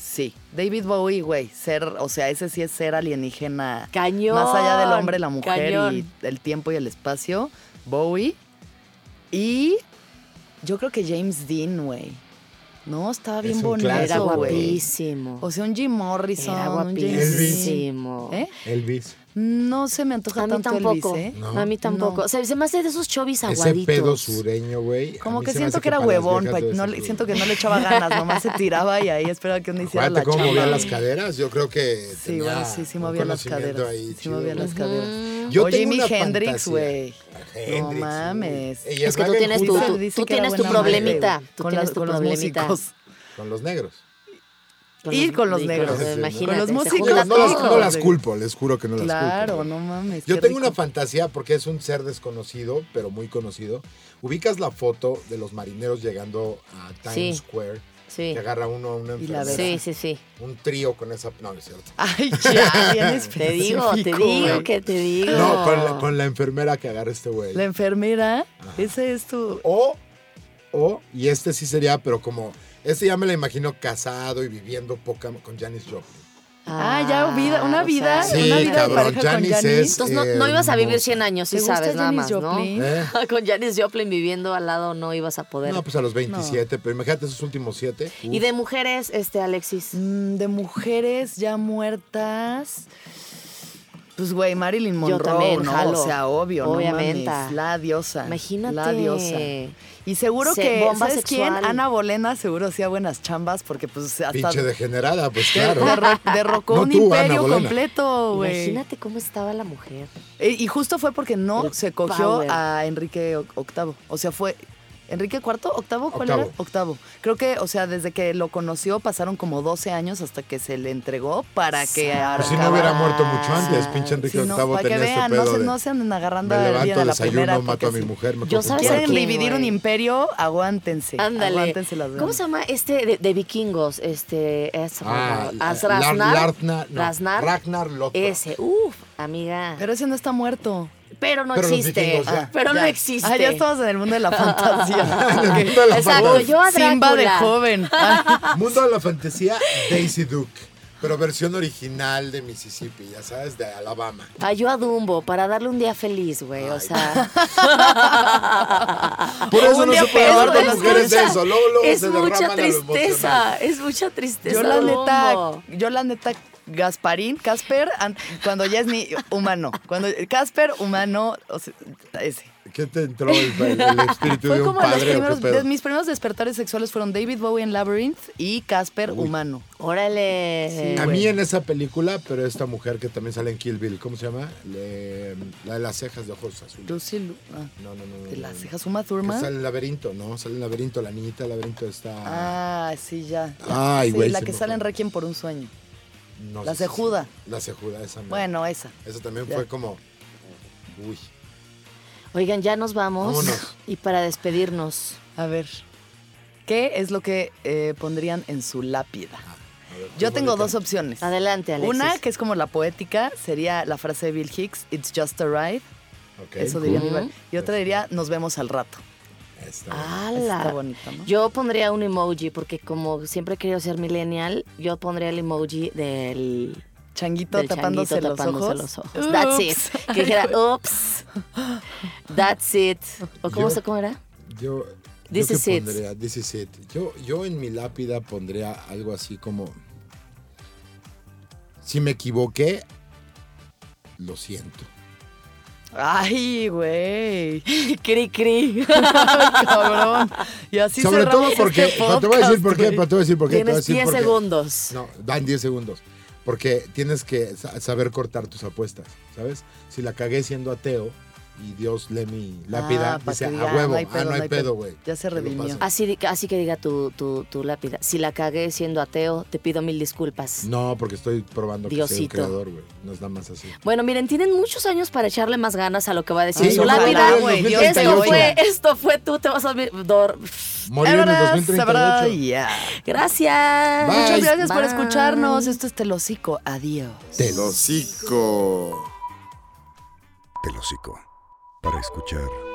Speaker 3: sí. David Bowie, güey, ser, o sea, ese sí es ser alienígena.
Speaker 4: Cañón,
Speaker 3: Más allá del hombre, la mujer
Speaker 4: cañón.
Speaker 3: y el tiempo y el espacio. Bowie. Y yo creo que James Dean, güey. No, estaba bien
Speaker 5: un
Speaker 3: bonito,
Speaker 5: clásico,
Speaker 4: Era
Speaker 3: güey.
Speaker 4: guapísimo.
Speaker 3: O sea, un Jim Morrison,
Speaker 4: Era
Speaker 3: un James Dean.
Speaker 4: guapísimo.
Speaker 3: ¿Eh?
Speaker 5: Elvis.
Speaker 3: No se me antoja
Speaker 4: A mí
Speaker 3: tanto
Speaker 4: tampoco.
Speaker 3: Elvis, ¿eh?
Speaker 5: No.
Speaker 4: A mí tampoco.
Speaker 3: No.
Speaker 4: O sea, se me hace de esos chovis
Speaker 5: Ese
Speaker 4: aguaditos.
Speaker 5: pedo sureño, güey. a
Speaker 3: Como
Speaker 5: mí
Speaker 3: que
Speaker 5: se me
Speaker 3: siento
Speaker 5: hace
Speaker 3: que era
Speaker 5: para las
Speaker 3: huevón,
Speaker 5: viejas
Speaker 3: pa-
Speaker 5: debe
Speaker 3: no
Speaker 5: ser
Speaker 3: le-
Speaker 5: rudo.
Speaker 3: siento que no le echaba ganas, nomás se tiraba y ahí esperaba que onda hiciera la
Speaker 5: Acuérdate cómo movía
Speaker 3: chamba.
Speaker 5: las caderas. Yo creo que.
Speaker 3: Sí,
Speaker 5: tenía
Speaker 3: bueno, sí, sí
Speaker 5: un
Speaker 3: movía las
Speaker 5: conocimiento
Speaker 3: caderas.
Speaker 5: ahí
Speaker 3: sí
Speaker 5: chido,
Speaker 3: movía las
Speaker 5: güey.
Speaker 3: caderas.
Speaker 5: Yo
Speaker 3: Oye,
Speaker 5: tengo
Speaker 3: Jimi
Speaker 5: una
Speaker 3: Hendrix,
Speaker 5: fantasía.
Speaker 3: güey.
Speaker 5: Hendrix,
Speaker 3: No
Speaker 5: güey.
Speaker 3: mames.
Speaker 5: Ella
Speaker 4: Es que tú
Speaker 5: Wagner
Speaker 4: tienes
Speaker 5: Judas
Speaker 4: tu,
Speaker 3: Dice
Speaker 4: tú
Speaker 3: que era
Speaker 4: tienes tu
Speaker 3: buena madre,
Speaker 4: problemita.
Speaker 3: güey,
Speaker 4: Tú
Speaker 3: con
Speaker 4: tienes
Speaker 3: las-
Speaker 4: tu
Speaker 3: con los
Speaker 4: problemita.
Speaker 3: músicos.
Speaker 5: Con los negros.
Speaker 3: Y con los
Speaker 4: y
Speaker 3: negros.
Speaker 5: Sí, ¿no?
Speaker 4: imagínate,
Speaker 3: Con los
Speaker 4: se
Speaker 3: músicos.
Speaker 5: Digo,
Speaker 4: junta
Speaker 5: no, las,
Speaker 4: todo.
Speaker 5: no las culpo, les juro que no las culpo.
Speaker 3: Claro,
Speaker 5: güey.
Speaker 3: no mames.
Speaker 5: Yo
Speaker 3: qué
Speaker 5: tengo
Speaker 3: rico.
Speaker 5: una fantasía porque es un ser desconocido, pero muy conocido. Ubicas la foto de los marineros llegando a
Speaker 4: Sí.
Speaker 5: Times Square.
Speaker 4: Sí.
Speaker 5: Que agarra uno a una
Speaker 3: Y la
Speaker 4: Sí,
Speaker 5: enfermera.
Speaker 4: sí,
Speaker 3: *laughs*
Speaker 4: sí.
Speaker 5: Un trío con esa. No, no es cierto.
Speaker 3: Ay, ya, bien específico,
Speaker 4: Te digo, te digo
Speaker 3: güey.
Speaker 4: que te digo.
Speaker 5: No, con la, con la enfermera que agarra este güey.
Speaker 3: La enfermera, ese es tu...
Speaker 5: O, o, y este sí sería, pero como. Este ya me la imagino casado y viviendo poca con Janis Joplin.
Speaker 3: Ah, ya, vida, una
Speaker 4: o sea,
Speaker 3: vida,
Speaker 5: Sí,
Speaker 3: una vida
Speaker 5: cabrón,
Speaker 3: de pareja con
Speaker 5: Janis
Speaker 3: Janis.
Speaker 5: es-
Speaker 4: Entonces no, no ibas a vivir
Speaker 5: Hermosa.
Speaker 4: 100 años, sí
Speaker 3: ¿Te gusta
Speaker 4: sabes, nada
Speaker 3: Janis
Speaker 4: más,
Speaker 3: Joplin?
Speaker 4: ¿no?
Speaker 5: ¿Eh?
Speaker 4: *laughs* Con Janis Joplin viviendo al lado no ibas a poder.
Speaker 5: No, pues a los 27, pero imagínate esos últimos 7.
Speaker 4: y de mujeres, este, Alexis.
Speaker 3: Mm, de mujeres ya muertas. Pues, güey, Marilyn Monroe,
Speaker 4: también,
Speaker 3: ¿no?
Speaker 4: jalo.
Speaker 3: O sea, obvio,
Speaker 4: Obviamente.
Speaker 3: no mames. La diosa.
Speaker 4: Imagínate.
Speaker 3: La diosa. Y seguro
Speaker 4: Se-
Speaker 3: que,
Speaker 4: bomba
Speaker 3: ¿sabes
Speaker 4: sexual.
Speaker 3: quién? Ana Bolena seguro hacía buenas chambas porque, pues, hasta...
Speaker 5: Pinche degenerada, pues
Speaker 3: der-
Speaker 5: claro.
Speaker 3: derro- derrocó
Speaker 5: No
Speaker 3: un
Speaker 5: tú, Ana
Speaker 3: imperio
Speaker 5: Bolena.
Speaker 3: completo, güey.
Speaker 4: Imagínate cómo estaba la mujer.
Speaker 3: E- Y Eh, justo fue porque no
Speaker 4: El
Speaker 3: se cogió
Speaker 4: power.
Speaker 3: a Enrique VIII. O sea, fue Enrique IV, octavo, ¿cuál
Speaker 5: Octavo.
Speaker 3: era? Octavo. Creo que, o sea, desde que lo conoció pasaron como 12 años hasta que se le entregó para que
Speaker 5: Pues si
Speaker 3: acabara.
Speaker 5: no hubiera muerto mucho antes, pinche Enrique
Speaker 3: Sí, no,
Speaker 5: VIII
Speaker 3: para que
Speaker 5: tenía
Speaker 3: vean,
Speaker 5: este pedo
Speaker 3: no se,
Speaker 5: de,
Speaker 3: no se anden agarrando
Speaker 5: me
Speaker 3: el día
Speaker 5: levanto,
Speaker 3: de la
Speaker 5: desayuno,
Speaker 3: primera.
Speaker 5: mato
Speaker 3: porque
Speaker 5: a mi
Speaker 3: sí.
Speaker 5: mujer, me
Speaker 4: Yo,
Speaker 5: cojo un
Speaker 4: ¿sabes a
Speaker 5: perro.
Speaker 3: Quieren
Speaker 4: quién,
Speaker 3: dividir
Speaker 4: güey?
Speaker 3: un imperio, aguántense.
Speaker 4: Ándale.
Speaker 3: Este, Aguántense las
Speaker 4: ¿Cómo
Speaker 3: ganas.
Speaker 4: se llama este de, de vikingos? Este, es
Speaker 5: Ah,
Speaker 4: As-
Speaker 5: Lar-
Speaker 4: Raznar.
Speaker 5: Lartna- no,
Speaker 4: Raznar.
Speaker 5: Ragnar Lothbrok.
Speaker 4: Ese, uff, amiga. Pero,
Speaker 3: Pero ese no está muerto.
Speaker 4: no
Speaker 5: Pero los
Speaker 4: existe.
Speaker 5: vikingos, ya.
Speaker 4: pero no
Speaker 3: Ya.
Speaker 4: existe.
Speaker 3: Ah, ya estamos en el mundo de
Speaker 4: *laughs*
Speaker 3: la fantasía. *laughs*
Speaker 5: En el mundo de la
Speaker 4: Exacto,
Speaker 5: fantasía.
Speaker 4: yo a
Speaker 3: Simba de
Speaker 4: Drácula. *laughs*
Speaker 3: joven. Ah,
Speaker 5: Mundo de la fantasía, Daisy Duke. Pero versión original de Mississippi, ya sabes, de Alabama.
Speaker 4: Ah, yo a Dumbo para darle un día feliz, güey. O
Speaker 5: Ay, *laughs*
Speaker 4: sea.
Speaker 5: Por
Speaker 3: O
Speaker 5: eso
Speaker 3: un
Speaker 5: no
Speaker 3: día
Speaker 5: se puede hablar
Speaker 3: peor,
Speaker 5: de
Speaker 3: es
Speaker 5: las mujeres de
Speaker 4: mucha-
Speaker 5: eso. Luego, luego
Speaker 4: es
Speaker 5: se
Speaker 4: mucha
Speaker 5: derraman a lo emocional.
Speaker 4: tristeza. Es mucha tristeza.
Speaker 3: yo la neta,
Speaker 4: Dumbo.
Speaker 3: yo la neta, Gasparín, Casper, an- cuando ya es ni humano. Cuando Casper, humano, o sea, ese.
Speaker 5: ¿Qué te entró el,
Speaker 3: *laughs*
Speaker 5: el espíritu
Speaker 3: Fue
Speaker 5: de un
Speaker 3: como los
Speaker 5: padre o qué
Speaker 3: primeros, de
Speaker 5: pedo?
Speaker 3: mis primeros despertares sexuales fueron David Bowie en Labyrinth y Casper, humano.
Speaker 4: Órale.
Speaker 5: A mí en esa película, pero esta mujer que también sale en Kill Bill, ¿cómo se llama? Le- la de las cejas de ojos azules.
Speaker 3: Lucy Lu- ah,
Speaker 5: No, no, no. no,
Speaker 3: de las
Speaker 5: no.
Speaker 3: cejas, Uma
Speaker 5: Que
Speaker 3: Thurman.
Speaker 5: sale en laberinto, ¿no? Sale en laberinto, la niñita del laberinto está...
Speaker 3: Ah, sí, ya. ya.
Speaker 5: Ay,
Speaker 3: Sí,
Speaker 5: güey,
Speaker 3: La
Speaker 5: se
Speaker 3: que
Speaker 5: me
Speaker 3: sale en
Speaker 5: fue.
Speaker 3: Requiem por un sueño.
Speaker 5: no
Speaker 3: la
Speaker 5: sé si-
Speaker 3: cejuda.
Speaker 5: La cejuda, esa. no.
Speaker 3: Bueno, esa.
Speaker 5: Esa también
Speaker 3: Ya.
Speaker 5: fue como... Uy.
Speaker 4: Oigan, ya nos vamos.
Speaker 5: Vámonos.
Speaker 4: Y para despedirnos.
Speaker 3: A ver. ¿Qué es lo que eh, pondrían en su lápida?
Speaker 5: A ver,
Speaker 3: Yo
Speaker 5: ¿cómo
Speaker 3: tengo
Speaker 5: le
Speaker 3: dos
Speaker 5: cam-
Speaker 3: opciones.
Speaker 4: Adelante, Alexis.
Speaker 3: Una que es como la poética, sería la frase de Bill Hicks, It's just a ride.
Speaker 5: Ok,
Speaker 3: Eso
Speaker 5: cool.
Speaker 3: diría mi bar- Y otra diría, nos vemos al rato.
Speaker 5: Está bien.
Speaker 3: Ah.
Speaker 4: ¡Hala!
Speaker 3: Está bonito, ¿no?
Speaker 4: Yo pondría un emoji, porque como siempre he querido ser millennial, yo pondría el emoji del,
Speaker 3: Changuito
Speaker 4: del
Speaker 3: tapándose,
Speaker 4: changuito
Speaker 3: los,
Speaker 4: tapándose
Speaker 3: ojos.
Speaker 4: los ojos. That's it.
Speaker 3: Ups.
Speaker 4: Que dijera,
Speaker 3: *laughs*
Speaker 4: oops, that's it. ¿O cómo,
Speaker 5: Yo-
Speaker 4: se- cómo era?
Speaker 5: Yo,
Speaker 4: This
Speaker 5: yo
Speaker 4: is
Speaker 5: qué
Speaker 4: it.
Speaker 5: pondría, this is it. Yo, yo en mi lápida pondría algo así como, si me equivoqué, lo siento.
Speaker 3: Ay, güey. *laughs*
Speaker 4: Cri, *laughs* cri.
Speaker 3: Ay, cabrón. Y así
Speaker 5: Sobre todo
Speaker 3: cerramos
Speaker 5: porque,
Speaker 3: este
Speaker 5: pero te voy a decir por qué,
Speaker 3: podcast,
Speaker 5: pero te voy a decir por qué. te voy a
Speaker 4: Tienes
Speaker 5: decir
Speaker 4: 10
Speaker 5: por qué.
Speaker 4: segundos.
Speaker 5: No, dan 10 segundos. Porque tienes que sa- saber cortar tus apuestas, ¿sabes? Si la cagué siendo ateo y Dios lee mi lápida,
Speaker 3: Ah, pa'
Speaker 5: dice,
Speaker 3: que diga,
Speaker 5: a huevo,
Speaker 3: no hay
Speaker 5: ah,
Speaker 3: pedo,
Speaker 5: no hay pedo, güey.
Speaker 3: Ya se
Speaker 5: Que lo
Speaker 3: redimió.
Speaker 5: pasen.
Speaker 4: Así, di- así que diga tu, tu, tu lápida. Si la cagué siendo ateo, te pido mil disculpas.
Speaker 5: No, porque estoy probando que soy un
Speaker 4: Diosito.
Speaker 5: creador, güey. No es nada más así.
Speaker 4: Bueno, miren, tienen muchros años para echarle más ganas a lo que va a decir
Speaker 5: Sí,
Speaker 4: su
Speaker 5: ojalá,
Speaker 4: lápida.
Speaker 5: güey,
Speaker 4: Esto
Speaker 5: Dios te ayude.
Speaker 4: fue, esto fue, tú te vas a mi- dor-
Speaker 5: Morir en el
Speaker 3: Ahora
Speaker 5: 2038.
Speaker 3: sabrá, ya.
Speaker 4: Gracias.
Speaker 5: Bye.
Speaker 3: Muchas gracias por
Speaker 4: Bye.
Speaker 3: escucharnos. Esto es Telocico. Adiós.
Speaker 5: Te lo cico.
Speaker 1: Telocico. Para escuchar